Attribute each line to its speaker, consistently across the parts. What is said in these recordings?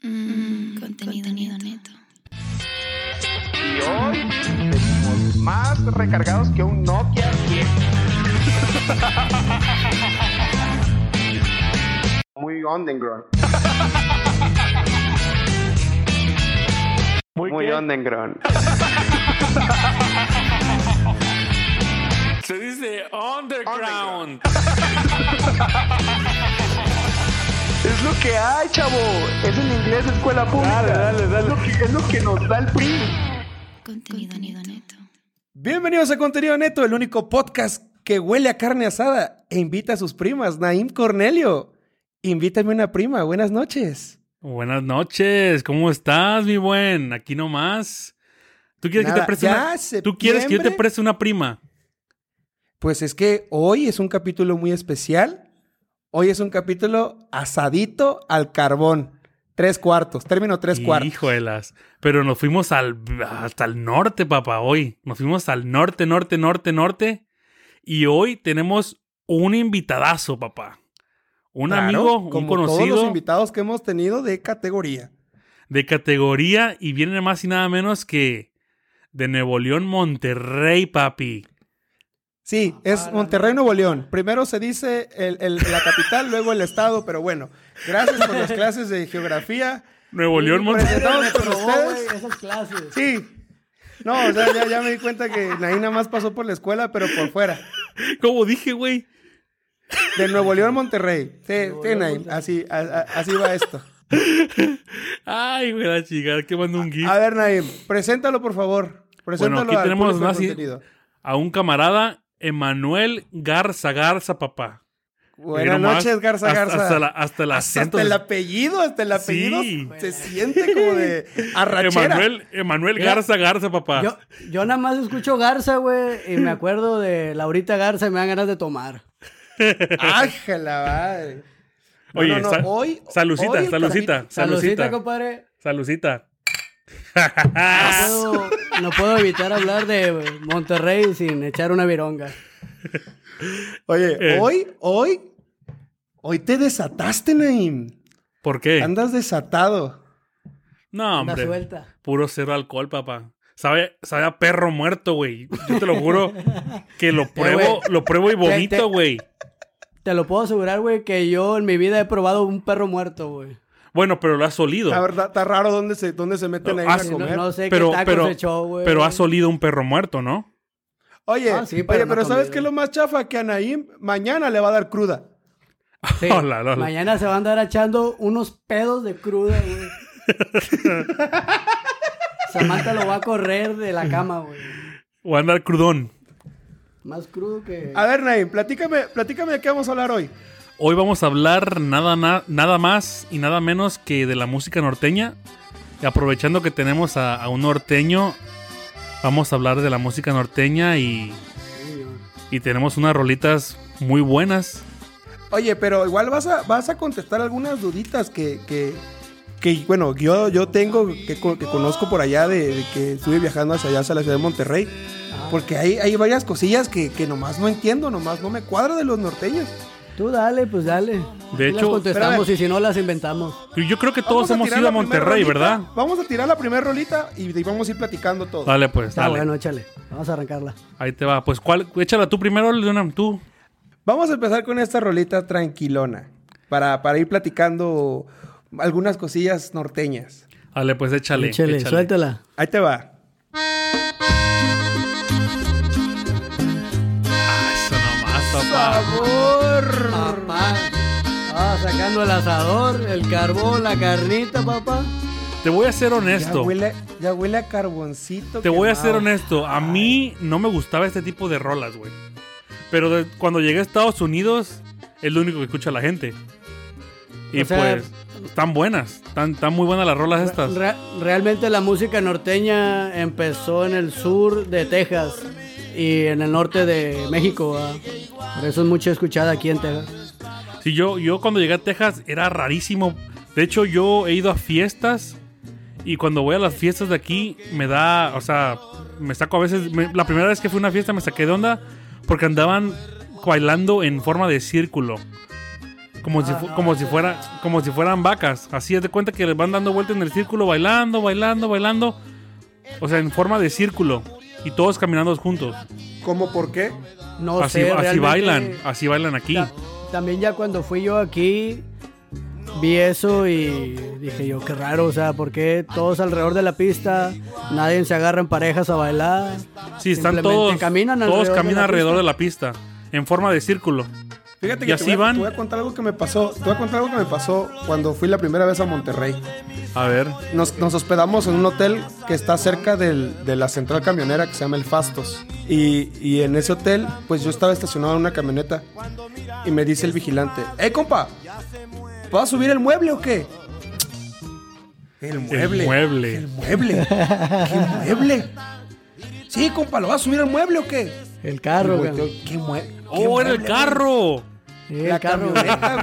Speaker 1: Contenido, Mm, Contenido neto.
Speaker 2: Y hoy venimos más recargados que un Nokia 10. Muy underground.
Speaker 3: Muy,
Speaker 2: Muy
Speaker 3: qué?
Speaker 2: underground.
Speaker 3: Se dice underground.
Speaker 2: Es lo que hay, chavo. Es en inglés, escuela pública.
Speaker 3: dale, dale.
Speaker 2: Es lo que, es lo que nos da el PRI.
Speaker 1: Contenido, neto.
Speaker 4: Bienvenidos a Contenido Neto, el único podcast que huele a carne asada e invita a sus primas. Naim Cornelio, invítame una prima. Buenas noches.
Speaker 3: Buenas noches, ¿cómo estás, mi buen? Aquí nomás. ¿Tú quieres, que,
Speaker 4: Nada,
Speaker 3: te preste
Speaker 4: ya
Speaker 3: una... ¿Tú quieres que yo te
Speaker 4: septiembre.
Speaker 3: preste una prima?
Speaker 4: Pues es que hoy es un capítulo muy especial. Hoy es un capítulo asadito al carbón. Tres cuartos, término tres cuartos.
Speaker 3: Hijuelas. Pero nos fuimos al, hasta el norte, papá, hoy. Nos fuimos al norte, norte, norte, norte. Y hoy tenemos un invitadazo, papá. Un
Speaker 4: Claro,
Speaker 3: amigo, un
Speaker 4: como Todos los
Speaker 3: conocido
Speaker 4: invitados que hemos tenido de categoría.
Speaker 3: de categoría y viene nada más y nada menos que de Nuevo León, Monterrey, papi.
Speaker 4: Sí, es Monterrey, Nuevo León. Primero se dice el- el- la capital, luego el estado, pero bueno, gracias por las clases de geografía.
Speaker 3: Nuevo León, Monterrey.
Speaker 4: Presentamos con
Speaker 5: Pero,
Speaker 4: ustedes.
Speaker 5: güey, esas clases.
Speaker 4: Sí. No, o sea, ya, ya me di cuenta que Naí nada más pasó por la escuela, pero por fuera.
Speaker 3: Como dije, güey.
Speaker 4: De Nuevo León, Monterrey. Sí,
Speaker 5: Nuevo
Speaker 4: sí,
Speaker 5: León,
Speaker 4: Naí.
Speaker 5: Monterrey.
Speaker 4: Así, a- a- así va esto.
Speaker 3: Ay, güey, la chica, que mando un gif.
Speaker 4: A ver, Naí, preséntalo, por favor.
Speaker 3: Bueno,
Speaker 4: Preséntalo
Speaker 3: aquí
Speaker 4: al
Speaker 3: tenemos
Speaker 4: público del
Speaker 3: más y- eh,
Speaker 4: contenido.
Speaker 3: a un camarada, Emanuel Garza Garza, papá.
Speaker 4: Buenas
Speaker 3: Mira nomás,
Speaker 4: noches, Garza
Speaker 3: hasta-
Speaker 4: Garza.
Speaker 3: Hasta, la, hasta el acento.
Speaker 4: Hasta el apellido, hasta el apellido
Speaker 3: Sí.
Speaker 4: se siente como de arrachera.
Speaker 3: Emanuel, Emanuel
Speaker 5: Mira,
Speaker 3: Garza Garza, papá.
Speaker 5: Yo, yo nada más escucho Garza, güey, y me acuerdo de Laurita Garza y me dan ganas de tomar.
Speaker 4: Ájala, madre. No,
Speaker 3: Oye,
Speaker 4: no, no,
Speaker 3: sal-
Speaker 4: hoy-
Speaker 3: salucita,
Speaker 4: hoy el
Speaker 3: salucita,
Speaker 5: Salucita,
Speaker 3: salucita,
Speaker 5: compadre.
Speaker 3: salucita.
Speaker 4: Ah.
Speaker 5: No puedo, no puedo evitar hablar de güey, Monterrey sin echar una vironga.
Speaker 4: Oye,
Speaker 3: Eh.
Speaker 4: hoy, hoy, hoy te desataste, Naim.
Speaker 3: ¿Por qué?
Speaker 4: Andas desatado.
Speaker 3: no,
Speaker 5: Una
Speaker 3: hombre.
Speaker 5: suelta.
Speaker 3: Puro cero alcohol, papá. Sabe, sabe a perro muerto, güey. Yo te lo juro que lo pruebo,
Speaker 5: güey.
Speaker 3: lo pruebo y
Speaker 5: Te- te-
Speaker 3: vomito, güey.
Speaker 5: Te lo puedo asegurar, güey, que yo en mi vida he probado un perro muerto, güey.
Speaker 3: Bueno, pero lo has olido.
Speaker 4: La verdad, está raro dónde se, dónde se meten ahí
Speaker 3: Ah,
Speaker 4: a
Speaker 3: sí,
Speaker 5: No,
Speaker 4: comer.
Speaker 5: no sé
Speaker 3: pero,
Speaker 5: qué tacos
Speaker 3: pero,
Speaker 5: echó, güey.
Speaker 3: pero has olido un perro muerto, ¿no?
Speaker 4: Oye,
Speaker 5: Ah, sí,
Speaker 4: oye,
Speaker 5: pero
Speaker 4: pero,
Speaker 5: no
Speaker 4: ¿sabes
Speaker 5: comida.
Speaker 4: qué es lo más chafa? Que a Naim mañana le va a dar cruda.
Speaker 5: Sí.
Speaker 3: Hola, hola.
Speaker 5: Mañana se van a andar echando unos pedos de cruda, güey. Samantha lo va a correr de la cama, güey.
Speaker 3: O andar crudón.
Speaker 5: Más crudo que.
Speaker 4: A ver, Naim, platícame, platícame de qué vamos a hablar hoy.
Speaker 3: Hoy vamos a hablar nada, na- nada más y nada menos que de la música norteña. Y aprovechando que tenemos a, a un norteño, vamos a hablar de la música norteña y, y tenemos unas rolitas muy buenas.
Speaker 4: Oye, pero igual vas a, vas a contestar algunas duditas que, que, que, bueno, yo, yo tengo, que, co- que conozco por allá, de, de que estuve viajando hacia allá, hacia la ciudad de Monterrey. Porque hay, hay varias cosillas que, que nomás no entiendo, nomás no me cuadra de los norteños.
Speaker 5: Tú dale, pues dale.
Speaker 3: De
Speaker 5: Las
Speaker 3: hecho- Ah,
Speaker 5: contestamos
Speaker 4: Espérame.
Speaker 5: y si no, las inventamos.
Speaker 3: Y yo creo que todos
Speaker 4: Vamos a
Speaker 3: hemos
Speaker 4: tirar
Speaker 3: ido a
Speaker 4: la primera
Speaker 3: Monterrey,
Speaker 4: rolita.
Speaker 3: ¿verdad?
Speaker 4: Vamos a tirar la primera rolita y, y vamos a ir platicando todo.
Speaker 3: Dale, pues,
Speaker 5: Está
Speaker 3: dale.
Speaker 5: bueno, échale. Vamos a arrancarla.
Speaker 3: Ahí te va. Pues, ¿cuál? Échala tú primero, Leonam, tú.
Speaker 4: Vamos a empezar con esta rolita tranquilona para, para ir platicando algunas cosillas norteñas.
Speaker 3: Dale, pues, échale.
Speaker 5: échale,
Speaker 3: échale.
Speaker 5: suéltala.
Speaker 4: Ahí te va.
Speaker 3: Eso nomás, papá.
Speaker 5: Papá. Ah, sacando el asador, el carbón, la carnita, papá.
Speaker 3: Te voy a ser
Speaker 4: Ya
Speaker 3: honesto.
Speaker 4: huele, ya huele a carboncito.
Speaker 3: Te voy a ser
Speaker 4: quemado.
Speaker 3: honesto, a mí no me gustaba este tipo de rolas, güey. Pero de- cuando llegué a Estados Unidos, es lo único que escucha la gente. Y
Speaker 5: O sea-
Speaker 3: pues, están buenas, están, están muy buenas las rolas estas.
Speaker 5: Re- realmente la música norteña empezó en el sur de Texas y en el norte de México. ¿verdad? Por eso es mucho escuchada aquí en Texas.
Speaker 3: Sí, yo, yo cuando llegué a Texas era rarísimo. De hecho, yo he ido a fiestas y cuando voy a las fiestas de aquí me da, o sea, me saco a veces, me- la primera vez que fui a una fiesta me saqué de onda porque andaban bailando en forma de círculo. Como si, fu- como, si fuera, como si fueran vacas. Así es de cuenta que les van dando vuelta en el círculo, bailando, bailando, bailando. O sea, en forma de círculo. Y todos caminando juntos.
Speaker 4: ¿Cómo por qué?
Speaker 5: No
Speaker 3: así,
Speaker 5: sé,
Speaker 3: así
Speaker 5: realmente-
Speaker 3: bailan, así bailan aquí.
Speaker 5: Ta- también ya cuando fui yo aquí, vi eso y dije yo, qué raro, o sea, ¿por qué todos alrededor de la pista, nadie se agarra en parejas a bailar?
Speaker 3: Sí, están
Speaker 5: Simplemente
Speaker 3: todos.
Speaker 5: caminan
Speaker 3: todos
Speaker 5: alrededor
Speaker 3: caminan
Speaker 5: de la
Speaker 3: alrededor
Speaker 5: pista.
Speaker 3: de la pista. En forma de círculo.
Speaker 4: Fíjate
Speaker 3: Y
Speaker 4: que te
Speaker 3: así
Speaker 4: voy a-
Speaker 3: van.
Speaker 4: te voy a contar algo que me pasó. Te voy a contar algo que me pasó cuando fui la primera vez a Monterrey.
Speaker 3: A ver.
Speaker 4: Nos, nos hospedamos en un hotel que está cerca del- de la central camionera que se llama El Fastos. Y, y en ese hotel, pues yo estaba estacionado en una camioneta. Y me dice el vigilante: ¡Eh, compa! ¿Vas a subir el mueble o qué? El mueble.
Speaker 3: mueble.
Speaker 4: El mueble. ¿Qué mueble? Sí, compa, ¿lo vas a subir al mueble o qué?
Speaker 5: El carro,
Speaker 4: Y
Speaker 5: güey.
Speaker 4: volteo, ¿Qué mueble? ¿Qué
Speaker 3: ¡Oh, era el
Speaker 4: mueble,
Speaker 3: carro!
Speaker 5: Sí, el
Speaker 4: La
Speaker 5: carro, güey.
Speaker 4: camioneta,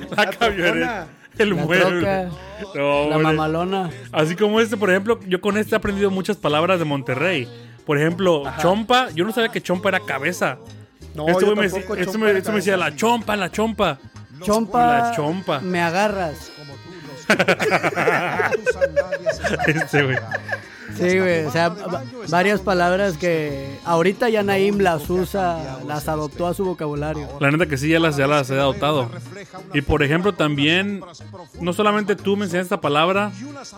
Speaker 3: La
Speaker 4: trocona.
Speaker 3: camioneta. El
Speaker 5: La
Speaker 3: mueble.
Speaker 5: troca.
Speaker 3: No,
Speaker 5: La
Speaker 3: hombre.
Speaker 5: mamalona.
Speaker 3: Así como este, por ejemplo, yo con este he aprendido muchas palabras de Monterrey. Por ejemplo, chompa. Yo no sabía que chompa era cabeza.
Speaker 4: No,
Speaker 3: este
Speaker 4: yo
Speaker 3: güey me, decí-
Speaker 4: tampoco,
Speaker 3: este
Speaker 4: chompa
Speaker 3: me-
Speaker 4: de
Speaker 3: este me decía
Speaker 4: cabeza.
Speaker 3: la chompa, la chompa.
Speaker 5: Chompa,
Speaker 3: La chompa.
Speaker 5: me agarras.
Speaker 3: Este güey.
Speaker 5: Sí, güey, o sea, va- varias palabras que ahorita ya Naim las usa, las adoptó a su vocabulario.
Speaker 3: La neta que sí, ya las, ya las he adoptado. Y por ejemplo, también, no solamente tú me enseñaste esta palabra,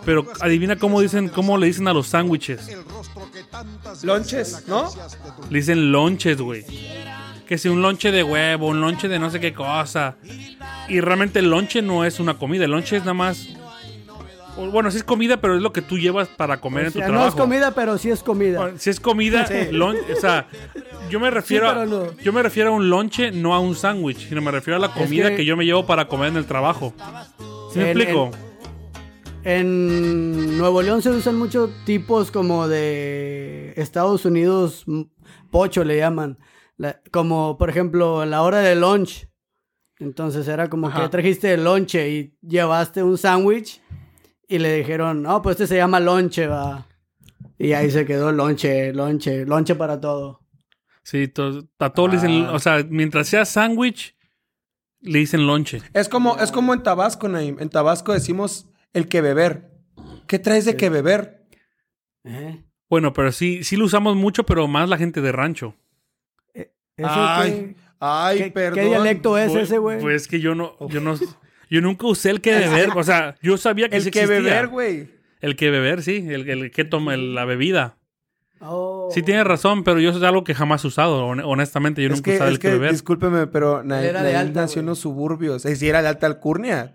Speaker 3: pero adivina cómo dicen, cómo le dicen a los sándwiches.
Speaker 4: Lonches, ¿no?
Speaker 3: Le dicen lonches, güey. Que si un lonche de huevo, un lonche de no sé qué cosa. Y realmente el lonche no es una comida, el lonche es nada más. o, Bueno, sí es comida, pero es lo que tú llevas para comer
Speaker 5: O
Speaker 3: en
Speaker 5: sea,
Speaker 3: tu
Speaker 5: Pues, no es
Speaker 3: trabajo.
Speaker 5: comida, pero sí es comida.
Speaker 3: Bueno, Si es comida, lon- o sea, yo me refiero a,
Speaker 5: pero no.
Speaker 3: yo me refiero a un lonche, no a un sándwich, sino me refiero a la comida
Speaker 5: que-
Speaker 3: que... yo me llevo para comer en el trabajo. ¿Sí me
Speaker 5: El-
Speaker 3: explico?
Speaker 5: En Nuevo León se usan muchos tipos como de Estados Unidos, m- pocho le llaman. La- como por ejemplo la hora de lunch. Entonces era como que trajiste el lonche y llevaste un sándwich y le dijeron, no, pues este se llama lonche, va. Y ahí se quedó lonche, lonche, lonche para todo.
Speaker 3: Sí, to- a todos le
Speaker 5: Ah.
Speaker 3: dicen, o sea, mientras sea sándwich, le dicen lonche.
Speaker 4: Es como, es como en Tabasco, Naim. En Tabasco decimos el que beber. ¿Qué traes de que beber?
Speaker 5: ¿Eh?
Speaker 3: Bueno, pero sí, sí lo usamos mucho, pero más la gente de rancho.
Speaker 5: ¿Eso qué-
Speaker 4: ay,
Speaker 5: qué, qué dialecto es
Speaker 3: Pues-
Speaker 5: ese, güey?
Speaker 3: Pues que yo no, yo no, yo nunca usé el que beber, o sea, yo sabía que
Speaker 4: El
Speaker 3: sí
Speaker 4: que
Speaker 3: existía.
Speaker 4: beber, güey.
Speaker 3: El que beber, sí, el, el que toma el- la bebida.
Speaker 5: Oh.
Speaker 3: Sí tienes razón, pero yo eso es algo que jamás he usado, hon- honestamente. Yo
Speaker 4: Es
Speaker 3: nunca he
Speaker 4: que,
Speaker 3: usado
Speaker 4: es
Speaker 3: el que,
Speaker 4: que,
Speaker 3: beber.
Speaker 4: discúlpeme, pero Naim,
Speaker 5: Era de
Speaker 4: Naim
Speaker 5: alta,
Speaker 4: nació en
Speaker 5: güey.
Speaker 4: los suburbios. Es decir, era de alta alcurnia.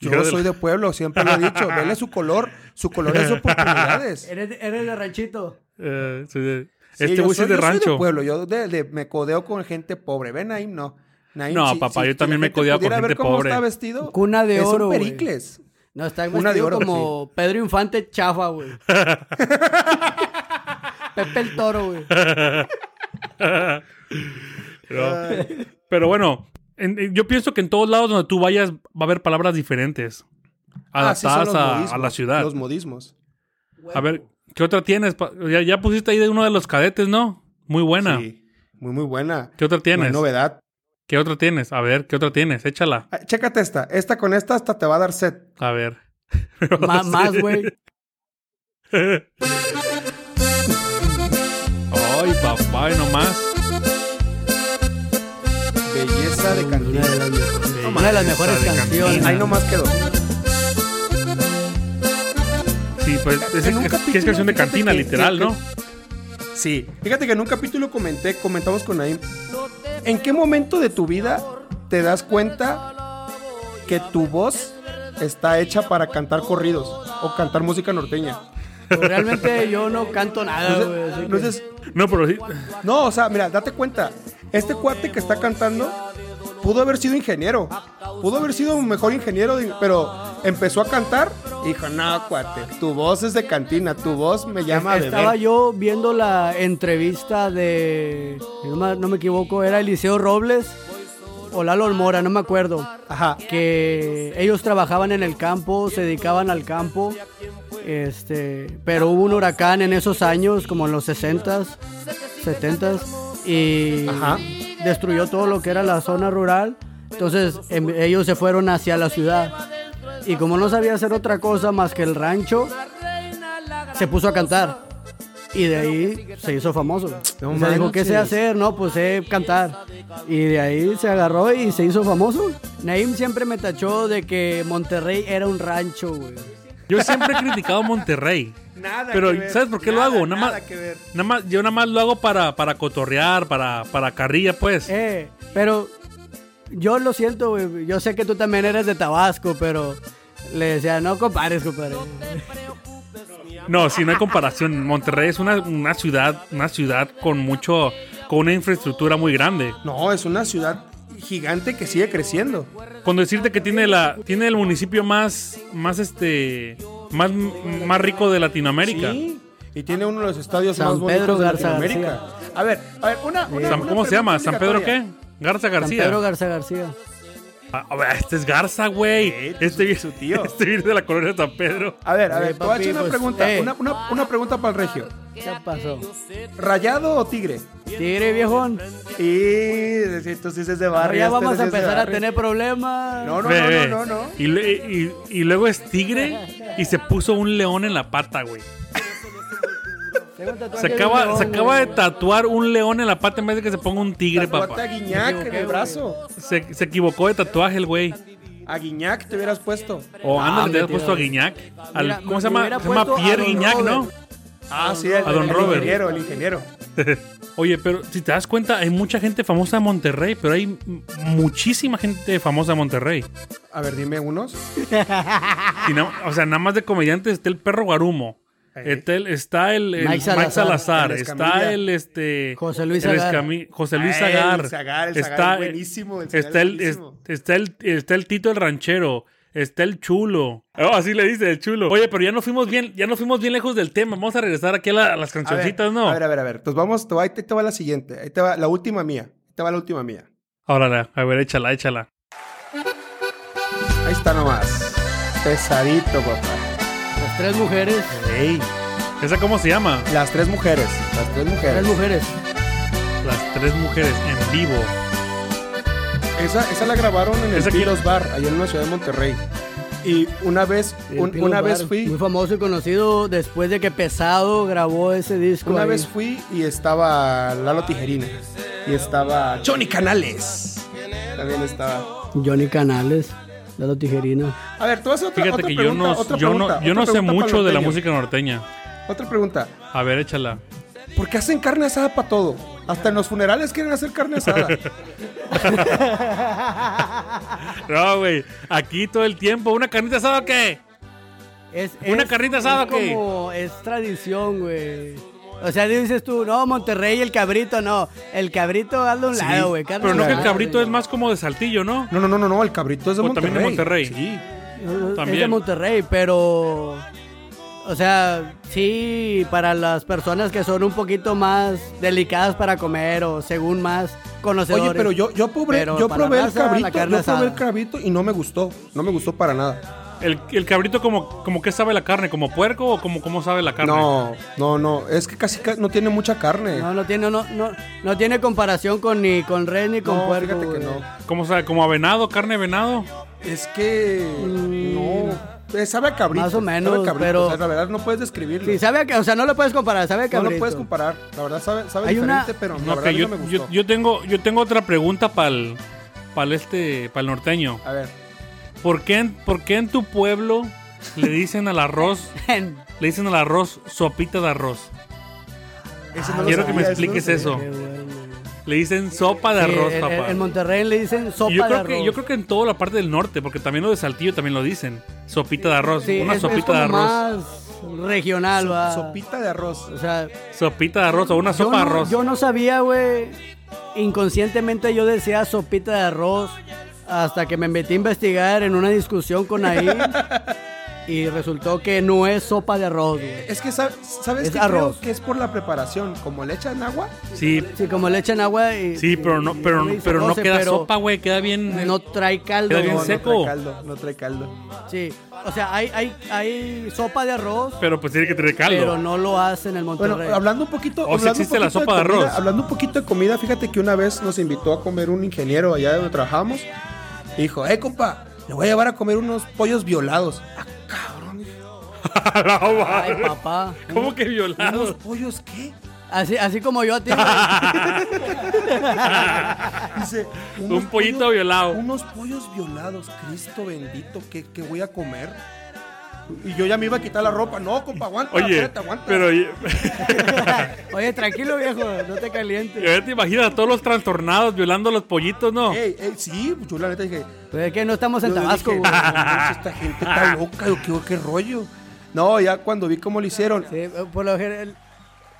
Speaker 4: Yo
Speaker 3: Yo de
Speaker 4: soy de pueblo, siempre lo he dicho. Vele su color. Su color es oportunidades.
Speaker 5: Eres, eres de ranchito.
Speaker 3: Eh, soy de-
Speaker 4: Sí,
Speaker 3: este
Speaker 4: yo
Speaker 3: güey sí
Speaker 4: soy-
Speaker 3: es de
Speaker 4: yo soy
Speaker 3: rancho.
Speaker 4: pueblo, yo de- de- me codeo con gente pobre. Ven, Naim, no. Naim,
Speaker 3: No, papá, yo
Speaker 4: la
Speaker 3: también me
Speaker 4: gente
Speaker 3: codeo con
Speaker 4: pudiera ver
Speaker 3: gente
Speaker 4: cómo
Speaker 3: pobre.
Speaker 4: está vestido?
Speaker 5: Cuna de
Speaker 4: es un
Speaker 5: oro, güey.
Speaker 4: Pericles.
Speaker 5: No, está
Speaker 4: Una de
Speaker 5: vestido
Speaker 4: oro,
Speaker 5: como Pedro Infante chafa, güey. Pepe el Toro, güey.
Speaker 4: Ah.
Speaker 3: Pero, pero bueno, en- en- yo pienso que en todos lados donde tú vayas va a haber palabras diferentes.
Speaker 4: Así Ah, son
Speaker 3: Adaptadas
Speaker 4: los
Speaker 3: a- a,
Speaker 4: modismos,
Speaker 3: la ciudad.
Speaker 4: Los modismos.
Speaker 3: A ver, ¿qué otra tienes? Pa- Ya, ya pusiste ahí de uno de los cadetes, ¿no? Muy buena.
Speaker 4: Sí, muy, muy buena.
Speaker 3: ¿Qué otra
Speaker 4: No hay
Speaker 3: tienes?
Speaker 4: novedad.
Speaker 3: ¿Qué otra tienes? A ver, ¿qué otra tienes? Échala.
Speaker 4: Ah, Chécate esta. Esta con esta hasta te va a dar set.
Speaker 3: A ver.
Speaker 5: Ma- más, güey.
Speaker 3: Ay, papá, y nomás.
Speaker 4: Belleza de cantina.
Speaker 5: Una de las mejores
Speaker 3: Belleza de
Speaker 5: canciones.
Speaker 3: cantina.
Speaker 4: Ahí nomás quedó.
Speaker 3: Sí, pues es,
Speaker 4: En un
Speaker 3: es-
Speaker 4: capítulo,
Speaker 3: que es canción de
Speaker 4: fíjate
Speaker 3: cantina,
Speaker 4: que-
Speaker 3: literal,
Speaker 4: que-
Speaker 3: ¿no?
Speaker 4: Sí. Fíjate que en un capítulo comenté, comentamos con Naim. ¿En qué momento de tu vida te das cuenta que tu voz está hecha para cantar corridos o cantar música norteña?
Speaker 5: Pues realmente yo no canto nada, güey. así que-
Speaker 4: Entonces,
Speaker 3: No, pero sí.
Speaker 4: No, o sea, mira, date cuenta. Este cuate que está cantando pudo haber sido ingeniero. Pudo haber sido un mejor ingeniero, de- pero empezó a cantar y dijo, no, cuate, tu voz es de cantina, tu voz me llama a
Speaker 5: Estaba
Speaker 4: beber".
Speaker 5: yo viendo la entrevista de. si No me, no me equivoco, era Eliseo Robles o Lalo Mora, no me acuerdo.
Speaker 4: Ajá.
Speaker 5: que ellos trabajaban en el campo, se dedicaban al campo. Este, pero hubo un huracán en esos años, como en los 60s, 70s, y
Speaker 4: Ajá.
Speaker 5: destruyó todo lo que era la zona rural. Entonces em- ellos se fueron hacia la ciudad. Y como no sabía hacer otra cosa más que el rancho, se puso a cantar. Y de ahí se hizo famoso.
Speaker 4: No
Speaker 5: O sea, dijo, ¿qué sé
Speaker 4: manches.
Speaker 5: hacer? No, pues sé cantar. Y de ahí se agarró y se hizo famoso. Naim siempre me tachó de que Monterrey era un rancho, güey.
Speaker 3: Yo siempre he criticado Monterrey.
Speaker 4: Nada
Speaker 3: Pero,
Speaker 4: que ver.
Speaker 3: ¿sabes por qué
Speaker 4: Nada,
Speaker 3: lo hago? Nada,
Speaker 4: nada
Speaker 3: más,
Speaker 4: que ver.
Speaker 3: nada más, yo nada más lo hago para, para cotorrear, para, para carrilla, pues.
Speaker 5: Eh, pero yo lo siento, güey. Yo sé que tú también eres de Tabasco, pero le decía, no compares, compadre.
Speaker 3: No, si no hay comparación. Monterrey es una, una ciudad, una ciudad con mucho, con una infraestructura muy grande.
Speaker 4: No, es una ciudad gigante que sigue creciendo.
Speaker 3: Con decirte que tiene la, tiene el municipio más, más este, más, más rico de Latinoamérica.
Speaker 4: Sí. Y tiene uno de los estadios
Speaker 5: San
Speaker 4: más bonitos
Speaker 5: Pedro
Speaker 4: de
Speaker 5: Garza
Speaker 4: Latinoamérica. A ver, a ver, una. una-
Speaker 3: San-
Speaker 4: una
Speaker 3: ¿Cómo se llama?
Speaker 4: pregunta
Speaker 3: San Pedro qué?
Speaker 4: obligatoria.
Speaker 3: Garza
Speaker 5: San
Speaker 3: García.
Speaker 5: Pedro Garza García.
Speaker 3: Ah, a ver, este es Garza, güey.
Speaker 4: Eh,
Speaker 3: Este viene
Speaker 4: su tío.
Speaker 3: Este viene de la colonia de San Pedro.
Speaker 4: A ver, a ver,
Speaker 5: Oye,
Speaker 4: te voy a
Speaker 5: papi,
Speaker 4: hacer una
Speaker 5: pues,
Speaker 4: pregunta.
Speaker 5: eh.
Speaker 4: Una, una- una pregunta para el regio.
Speaker 5: ¿Qué pasó?
Speaker 4: ¿Rayado o tigre?
Speaker 5: Tigre viejón.
Speaker 4: Y entonces es de
Speaker 5: Ahora
Speaker 4: barrio.
Speaker 5: ya
Speaker 4: este
Speaker 5: vamos
Speaker 4: sí
Speaker 5: a
Speaker 4: es de
Speaker 5: empezar a
Speaker 4: barrio.
Speaker 5: tener problemas.
Speaker 4: No, no,
Speaker 3: Ve, ve.
Speaker 4: no, no, no, no.
Speaker 3: Y, le- y- y luego es tigre y se puso un león en la pata, güey.
Speaker 5: Tengo un tatuaje
Speaker 3: Se
Speaker 5: de un
Speaker 3: acaba,
Speaker 5: león,
Speaker 3: se acaba de
Speaker 5: oh, güey.
Speaker 3: tatuar un león en la pata en vez de que se ponga un tigre,
Speaker 4: Tatuarte a
Speaker 3: papá.
Speaker 5: Me
Speaker 4: Guiñac en
Speaker 5: equivoqué,
Speaker 4: el brazo.
Speaker 3: Se, se equivocó de tatuaje el güey.
Speaker 4: A Guiñac te hubieras puesto.
Speaker 3: O
Speaker 5: Ah,
Speaker 3: ándale, te has
Speaker 5: tío.
Speaker 3: puesto a Guiñac. Al-
Speaker 5: Mira,
Speaker 3: ¿Cómo se
Speaker 5: me
Speaker 3: llama?
Speaker 5: hubiera
Speaker 3: Se llama
Speaker 5: puesto a
Speaker 3: Pierre
Speaker 5: Don
Speaker 3: Guiñac, ¿no?
Speaker 5: Robert.
Speaker 4: Ah, sí, el,
Speaker 3: A Don
Speaker 4: el
Speaker 3: Robert.
Speaker 4: ingeniero, el ingeniero.
Speaker 3: Oye, pero si te das cuenta, hay mucha gente famosa de Monterrey, pero hay m- muchísima gente famosa de Monterrey.
Speaker 4: A ver, dime unos.
Speaker 3: Y na- o sea, nada más de comediantes está el perro Guarumo. Está el, está el, el
Speaker 5: Mike
Speaker 3: Mike Salazar,
Speaker 5: Salazar,
Speaker 4: el
Speaker 3: está
Speaker 4: Escamilla.
Speaker 3: el este
Speaker 5: José Luis
Speaker 3: el
Speaker 5: Zagar.
Speaker 3: Escami- José Luis
Speaker 4: Ah, el
Speaker 3: Zagar.
Speaker 4: Zagar, el Zagar es buenísimo, el Zagar
Speaker 3: está,
Speaker 4: es
Speaker 3: el, es-
Speaker 4: buenísimo.
Speaker 3: está el está el Tito el ranchero, está el Chulo. Oh, así le dice el Chulo. Oye, pero ya no fuimos bien, ya no fuimos bien lejos del tema. Vamos a regresar aquí a, la- a las
Speaker 4: A ver,
Speaker 3: cancioncitas, ¿no?
Speaker 4: A ver, a ver, a ver. Pues vamos, te va- ahí te, te va la siguiente. Ahí te va la última mía. Ahí te va la última mía.
Speaker 3: Órale, a ver, échala, échala.
Speaker 4: Ahí está nomás. Pesadito, papá.
Speaker 5: Las tres mujeres.
Speaker 3: Ey. ¿Esa cómo se llama?
Speaker 4: Las tres mujeres. Las tres mujeres.
Speaker 5: Tres mujeres.
Speaker 3: Las tres mujeres en vivo.
Speaker 4: Esa, esa la grabaron en el
Speaker 3: Esa aquí-
Speaker 4: Pilos Bar, allá en la ciudad de Monterrey. Y una vez,
Speaker 5: El
Speaker 4: un-
Speaker 5: Pino
Speaker 4: una vez
Speaker 5: Bar,
Speaker 4: fui,
Speaker 5: Muy famoso y conocido después de que Pesado grabó ese disco.
Speaker 4: una
Speaker 5: ahí.
Speaker 4: vez fui y estaba Lalo Tijerina. Y estaba Johnny Canales. También estaba.
Speaker 5: Johnny Canales. Lalo Tijerina.
Speaker 4: A ver, tú vas a otra,
Speaker 3: Fíjate
Speaker 4: otra
Speaker 3: que yo
Speaker 4: pregunta,
Speaker 3: no,
Speaker 4: otra
Speaker 3: yo no,
Speaker 4: pregunta,
Speaker 3: yo no
Speaker 4: otra
Speaker 3: sé
Speaker 4: pregunta para
Speaker 3: mucho de la
Speaker 4: norteño.
Speaker 3: música norteña.
Speaker 4: Otra pregunta.
Speaker 3: A ver, échala.
Speaker 4: ¿Por qué hacen carne asada para todo? Hasta en los funerales quieren hacer carne asada.
Speaker 3: No, güey. Aquí todo el tiempo. ¿Una carnita asada o qué?
Speaker 5: Es,
Speaker 3: ¿Una
Speaker 5: es-
Speaker 3: carnita asada
Speaker 5: es
Speaker 3: o qué?
Speaker 5: como- Es tradición, güey. O sea, dices tú, no, Monterrey, el cabrito, no. El cabrito, hazlo a un lado, güey. carne
Speaker 3: Pero no que el
Speaker 5: asada,
Speaker 3: cabrito
Speaker 5: güey.
Speaker 3: es más como de saltillo, ¿no?
Speaker 4: No, no, no, no, no, el cabrito es de
Speaker 3: O
Speaker 4: Monterrey.
Speaker 3: también de Monterrey.
Speaker 4: Sí.
Speaker 5: Es de
Speaker 3: También.
Speaker 5: Monterrey, pero. O sea, sí, para las personas que son un poquito más delicadas para comer o según más conocedores.
Speaker 4: Oye, pero yo, yo, pobre,
Speaker 5: Pero
Speaker 4: yo
Speaker 5: para
Speaker 4: probé el
Speaker 5: raza, la
Speaker 4: cabrito,
Speaker 5: carne
Speaker 4: yo probé el
Speaker 5: asada.
Speaker 4: cabrito y no me gustó, no me gustó para nada.
Speaker 3: El, el cabrito como, como que sabe la carne, como puerco o como cómo sabe la carne.
Speaker 4: No, no, no, es que casi ca- no tiene mucha carne.
Speaker 5: No, no tiene, no, no, no tiene comparación con ni con res ni con
Speaker 4: No,
Speaker 5: puerco.
Speaker 4: fíjate que
Speaker 5: güey.
Speaker 4: no.
Speaker 3: ¿Cómo sabe? ¿Como a venado, carne de venado?
Speaker 4: Es que no, Eh, sabe a cabrito.
Speaker 5: Más o
Speaker 4: sabe a
Speaker 5: menos,
Speaker 4: cabrito,
Speaker 5: pero-
Speaker 4: o sea, la verdad no puedes describirlo.
Speaker 5: Sí, sabe a que, o sea, no lo puedes comparar, sabe a
Speaker 4: no
Speaker 5: cabrito.
Speaker 4: lo puedes comparar, la verdad sabe, sabe
Speaker 5: Hay una-
Speaker 4: diferente, pero la
Speaker 3: Ok,
Speaker 4: verdad
Speaker 3: yo,
Speaker 4: no me
Speaker 3: yo-
Speaker 4: gustó.
Speaker 3: yo tengo, yo tengo otra pregunta para el, este, para el norteño.
Speaker 4: A ver,
Speaker 3: ¿Por qué, en- ¿Por qué en tu pueblo le dicen al arroz, le dicen al arroz sopita de arroz?
Speaker 4: ese
Speaker 5: Ah,
Speaker 4: no lo
Speaker 3: Quiero que me
Speaker 4: sabía, ese no lo
Speaker 3: expliques
Speaker 4: sabía.
Speaker 3: eso.
Speaker 5: Qué bueno.
Speaker 3: Le dicen sopa de
Speaker 5: Sí,
Speaker 3: arroz,
Speaker 5: en-
Speaker 3: papá.
Speaker 5: En Monterrey le dicen sopa
Speaker 3: Y yo
Speaker 5: de
Speaker 3: creo
Speaker 5: arroz.
Speaker 3: que yo creo que en toda la parte del norte, porque también lo de Saltillo también lo dicen. Sopita de arroz,
Speaker 5: Sí,
Speaker 3: una
Speaker 5: es- es
Speaker 3: sopita de
Speaker 5: como
Speaker 3: arroz,
Speaker 5: más regional, va.
Speaker 4: Sopita de arroz.
Speaker 5: O sea,
Speaker 3: sopita de arroz o una
Speaker 5: yo
Speaker 3: sopa de
Speaker 5: no-
Speaker 3: arroz.
Speaker 5: Yo no sabía, güey. Inconscientemente yo decía sopita de arroz hasta que me metí a investigar en una discusión con ahí y resultó que no es sopa de arroz, güey.
Speaker 4: Es que sa- sabes
Speaker 5: Es
Speaker 4: que
Speaker 5: arroz.
Speaker 4: creo que es por la preparación, como le echan agua.
Speaker 3: Sí,
Speaker 5: Sí, como le echan agua y
Speaker 3: sí, pero no,
Speaker 5: y-
Speaker 3: pero
Speaker 5: y
Speaker 3: no,
Speaker 5: se
Speaker 3: pero no
Speaker 5: cose,
Speaker 3: queda
Speaker 5: pero
Speaker 3: sopa, güey, queda bien. eh,
Speaker 5: No trae caldo.
Speaker 3: Queda bien
Speaker 4: No,
Speaker 5: güey.
Speaker 3: seco.
Speaker 4: No trae caldo, no trae caldo.
Speaker 5: Sí. O sea, hay, hay, hay sopa de arroz,
Speaker 3: Pero pues tiene que tener caldo.
Speaker 5: pero no lo hacen en el Monterrey.
Speaker 4: Bueno, hablando un poquito,
Speaker 3: O si
Speaker 4: hablando un
Speaker 3: existe la
Speaker 4: poquito
Speaker 3: sopa de
Speaker 4: comida,
Speaker 3: arroz.
Speaker 4: Hablando un poquito de comida, fíjate que una vez nos invitó a comer un ingeniero allá donde trabajamos Y dijo, eh, compa, le voy a llevar a comer unos pollos violados. Ah, cabrón. dije,
Speaker 3: La
Speaker 5: Ay,
Speaker 3: madre.
Speaker 5: papá.
Speaker 3: ¿Cómo que
Speaker 4: ¿Unos
Speaker 3: violado?
Speaker 4: pollos qué?
Speaker 5: Así, así como yo a ti. güey.
Speaker 4: Dice,
Speaker 3: Un
Speaker 4: "Unos
Speaker 3: pollito
Speaker 4: pollos-
Speaker 3: violado.
Speaker 4: Unos pollos violados, Cristo bendito, ¿qué, qué voy a comer? Y yo ya me iba a quitar la ropa. No, compa, aguanta,
Speaker 3: Oye,
Speaker 4: espérate, aguanta.
Speaker 3: pero y-
Speaker 5: Oye, tranquilo, viejo. No te calientes.
Speaker 3: ya te imaginas a todos los trastornados violando a los pollitos, ¿no?
Speaker 5: Eh,
Speaker 4: Ey, ey, sí, yo la neta dije.
Speaker 5: Pues es que no estamos en
Speaker 4: yo dije,
Speaker 5: Tabasco,
Speaker 4: "No
Speaker 5: güey.
Speaker 4: manches, Esta gente está loca, yo qué, qué rollo. No, ya cuando vi cómo lo hicieron,
Speaker 5: Sí, eh, por lo general.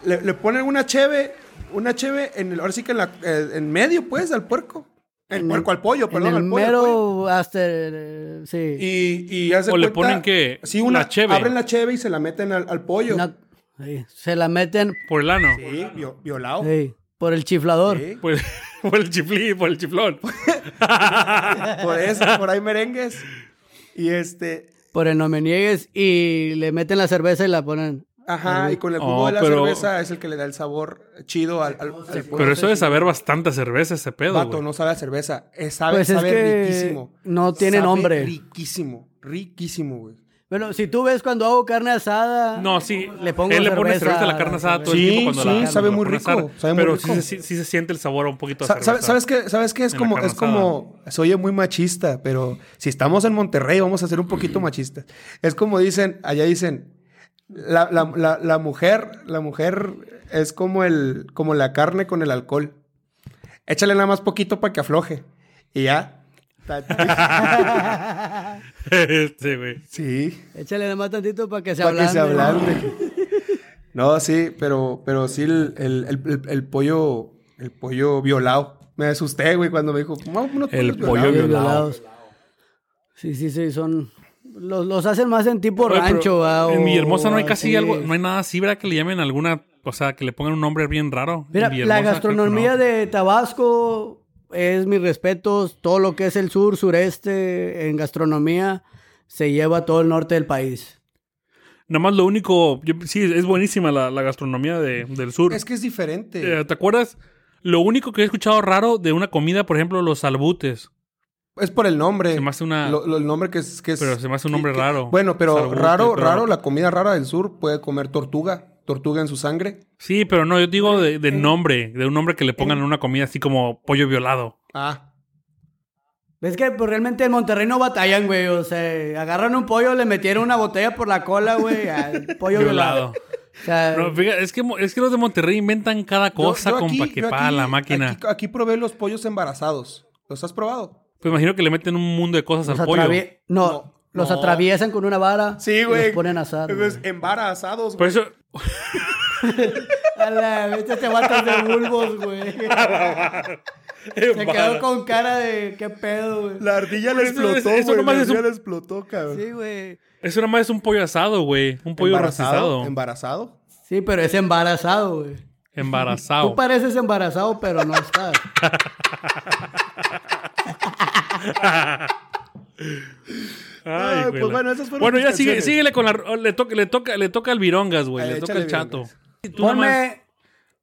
Speaker 4: le, le ponen una cheve, una cheve en el, ahora sí que en, la- eh, en medio, pues, al puerco. El
Speaker 5: en
Speaker 4: puerco al pollo, perdón,
Speaker 5: en el
Speaker 4: al pollo. al
Speaker 5: mero
Speaker 4: pollo.
Speaker 5: hasta el- sí.
Speaker 4: Y, y haz de
Speaker 3: ¿O le
Speaker 4: cuenta-
Speaker 3: ponen qué?
Speaker 4: Sí, una
Speaker 3: La cheve.
Speaker 4: Abren la cheve y se la meten al, al pollo.
Speaker 5: Una- sí, se la meten
Speaker 3: Por el ano.
Speaker 4: Sí, vio- violado.
Speaker 5: sí, por el chiflador.
Speaker 4: Sí.
Speaker 3: Por, por el chiflí, por el chiflón.
Speaker 4: Por eso, por ahí merengues. Y este,
Speaker 5: Por el no me niegues y le meten la cerveza y la ponen.
Speaker 4: ajá, y con el jugo
Speaker 3: Oh,
Speaker 4: de la
Speaker 3: pero-
Speaker 4: cerveza es el que le da el sabor chido al, al, al
Speaker 3: Pero eso de saber bastante cerveza, ese pedo.
Speaker 4: Vato,
Speaker 3: güey.
Speaker 4: no sabe a cerveza. Eh, Sabe,
Speaker 5: Pues es
Speaker 4: sabe
Speaker 5: que
Speaker 4: riquísimo.
Speaker 5: no tiene
Speaker 4: Sabe
Speaker 5: nombre.
Speaker 4: Riquísimo, riquísimo, güey.
Speaker 5: Bueno, si tú ves cuando hago carne asada.
Speaker 3: No, sí.
Speaker 5: Le pongo
Speaker 3: él le pone cerveza
Speaker 5: cerveza
Speaker 3: a
Speaker 5: a
Speaker 3: la
Speaker 5: la
Speaker 3: carne asada todo
Speaker 4: cerveza.
Speaker 3: el
Speaker 4: Sí,
Speaker 3: tiempo cuando
Speaker 4: sí,
Speaker 3: la
Speaker 4: sabe
Speaker 3: cuando
Speaker 4: muy
Speaker 3: la pones a
Speaker 4: rico,
Speaker 3: asar.
Speaker 4: sabe muy
Speaker 3: pero Sí,
Speaker 4: rico.
Speaker 3: se- sí, sí se siente el sabor un poquito a
Speaker 4: Sa-
Speaker 3: cerveza.
Speaker 4: sabe- ¿Sabes qué? ¿Sabes qué? Es
Speaker 3: En la
Speaker 4: como,
Speaker 3: carne
Speaker 4: es como, se oye muy machista, pero si estamos en Monterrey vamos a ser un poquito machistas. Es como dicen, allá dicen, la, la- la- la mujer, la mujer es como el, como la carne con el alcohol. Échale nada más poquito para que afloje. Y ya.
Speaker 3: este, güey.
Speaker 4: Sí.
Speaker 5: Échale nada más tantito para que se
Speaker 4: Para que se
Speaker 5: ablande.
Speaker 4: ablande. No, sí, pero, pero sí el, el- el- el- el pollo, el pollo violado. Me asusté, güey, cuando me dijo, "Vamos, unos
Speaker 3: El
Speaker 4: pollos
Speaker 3: pollo
Speaker 4: violados".
Speaker 5: Pollos
Speaker 3: violado.
Speaker 5: Ah, violados. Sí, sí, sí, son. Los, los hacen más en tipo
Speaker 3: Oye, pero
Speaker 5: rancho. ¿va?
Speaker 3: En
Speaker 5: O-
Speaker 3: mi hermosa no hay
Speaker 5: o
Speaker 3: casi
Speaker 5: así.
Speaker 3: algo, no hay nada así, ¿verdad? Que le llamen alguna, o sea, que le pongan un nombre bien raro.
Speaker 5: Mira,
Speaker 3: En mi
Speaker 5: la
Speaker 3: hermosa,
Speaker 5: gastronomía
Speaker 3: creo que no.
Speaker 5: de Tabasco es mis respetos. Todo lo que es el sur, sureste, en gastronomía, se lleva a todo el norte del país.
Speaker 3: Nada más lo único, yo- sí, es buenísima la, la gastronomía de- del sur.
Speaker 4: Es que es diferente.
Speaker 3: Eh, ¿Te acuerdas? Lo único que he escuchado raro de una comida, por ejemplo, los salbutes.
Speaker 4: es por el nombre.
Speaker 3: se me hace una-
Speaker 4: Lo- lo- el nombre que es. Que es
Speaker 3: Pero se me hace un
Speaker 4: que-
Speaker 3: nombre
Speaker 4: que-
Speaker 3: raro.
Speaker 4: Bueno, pero
Speaker 3: Salbute,
Speaker 4: raro,
Speaker 3: pero-
Speaker 4: raro, la comida rara del sur puede comer tortuga. Tortuga en su sangre.
Speaker 3: Sí, pero no, yo digo de, de nombre, de un nombre que le pongan en una comida así como pollo violado.
Speaker 4: Ah.
Speaker 5: Es que pues, realmente en Monterrey no batallan, güey. O sea, agarran un pollo, le metieron una botella por la cola, güey, al pollo
Speaker 3: Violado.
Speaker 5: violado. O sea,
Speaker 3: No, fíjate, es, que, mo- es que los de Monterrey inventan cada
Speaker 4: Yo-
Speaker 3: cosa,
Speaker 4: yo
Speaker 3: compa,
Speaker 4: aquí-
Speaker 3: que
Speaker 4: yo
Speaker 3: pa'
Speaker 4: aquí-
Speaker 3: la máquina.
Speaker 4: Aquí, aquí probé los pollos embarazados. ¿Los has probado?
Speaker 3: Pues imagino que le meten un mundo de cosas
Speaker 5: los
Speaker 3: pues, al pollo.
Speaker 5: atravie- no,
Speaker 4: No,
Speaker 5: los
Speaker 4: no.
Speaker 5: atraviesan con una vara.
Speaker 4: Sí, güey.
Speaker 5: Y los ponen a asar. güey.
Speaker 4: Pues, Embarazados,
Speaker 3: Por
Speaker 4: güey.
Speaker 3: eso,
Speaker 5: A la bestia te matas de bulbos, güey. Se quedó con cara de qué pedo, güey.
Speaker 4: La ardilla le
Speaker 3: Pero eso-
Speaker 4: explotó,
Speaker 3: eso
Speaker 4: güey.
Speaker 3: nomás
Speaker 4: La
Speaker 3: es un-
Speaker 4: ardilla le explotó, cabrón.
Speaker 5: Sí, güey.
Speaker 3: eso nada más es un pollo asado, güey. Un pollo
Speaker 4: embarazado,
Speaker 3: rostizado.
Speaker 4: embarazado.
Speaker 5: Sí, pero es embarazado, güey. Tú
Speaker 3: Embarazado.
Speaker 5: pareces embarazado, pero no estás.
Speaker 3: Ay,
Speaker 4: Ay,
Speaker 3: güey,
Speaker 4: pues
Speaker 3: la-
Speaker 4: bueno, esas fueron
Speaker 3: Bueno,
Speaker 4: mis
Speaker 3: ya sigue,
Speaker 4: canciones.
Speaker 3: síguele con la. Le toca, le toca, le toca al virongas, güey.
Speaker 4: Ahí,
Speaker 3: Le toca al
Speaker 4: échale
Speaker 3: chato.
Speaker 4: Virongas.
Speaker 3: Y tú nada más-
Speaker 5: Ponme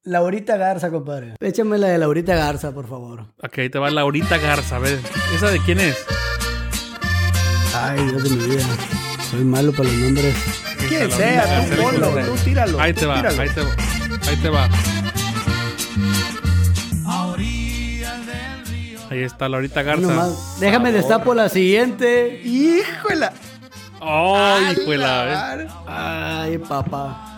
Speaker 5: Laurita Garza, compadre. Échame la de Laurita Garza, por favor.
Speaker 3: Ok, ahí te va Laurita Garza, a ver. ¿Esa de quién es?
Speaker 5: Ay, Dios de mi vida. Soy malo para los nombres.
Speaker 4: Quien
Speaker 3: Laurita
Speaker 4: sea,
Speaker 3: Garza,
Speaker 4: tú ponlo,
Speaker 3: Laurita
Speaker 4: tú
Speaker 3: Garza.
Speaker 4: tíralo.
Speaker 3: Ahí
Speaker 4: tú
Speaker 3: te va,
Speaker 4: tíralo.
Speaker 3: ahí te va. Ahí te va. Ahí está Laurita Garza.
Speaker 5: Nomás, déjame destapo la siguiente.
Speaker 4: ¡Híjola!
Speaker 3: Ay, hijo de la vez.
Speaker 4: Ala.
Speaker 5: Ay, papá.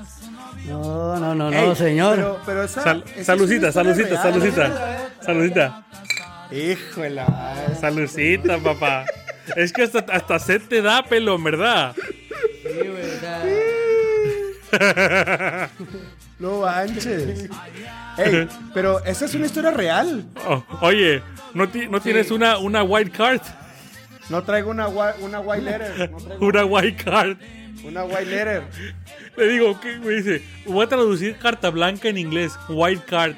Speaker 5: No, no, no, no,
Speaker 4: Ey,
Speaker 5: señor.
Speaker 4: Pero, pero esa,
Speaker 3: Sal-
Speaker 4: esa es
Speaker 3: saludcita,
Speaker 4: una historia
Speaker 3: saludcita,
Speaker 4: real.
Speaker 3: saludcita, saludcita.
Speaker 4: Híjola.
Speaker 3: Saludcita, papá. Es que hasta, hasta sed te da pelo, ¿verdad?
Speaker 5: Sí, güey, o sea,
Speaker 4: No manches. Ey, pero esa es una historia real.
Speaker 3: Oh, oye, ¿no, ti- no tienes una, una white card?
Speaker 4: No traigo una, gua- una white letter. No traigo
Speaker 3: Una white card.
Speaker 4: una white letter.
Speaker 3: Le digo, ¿qué? Me dice, voy a traducir carta blanca en inglés, white card.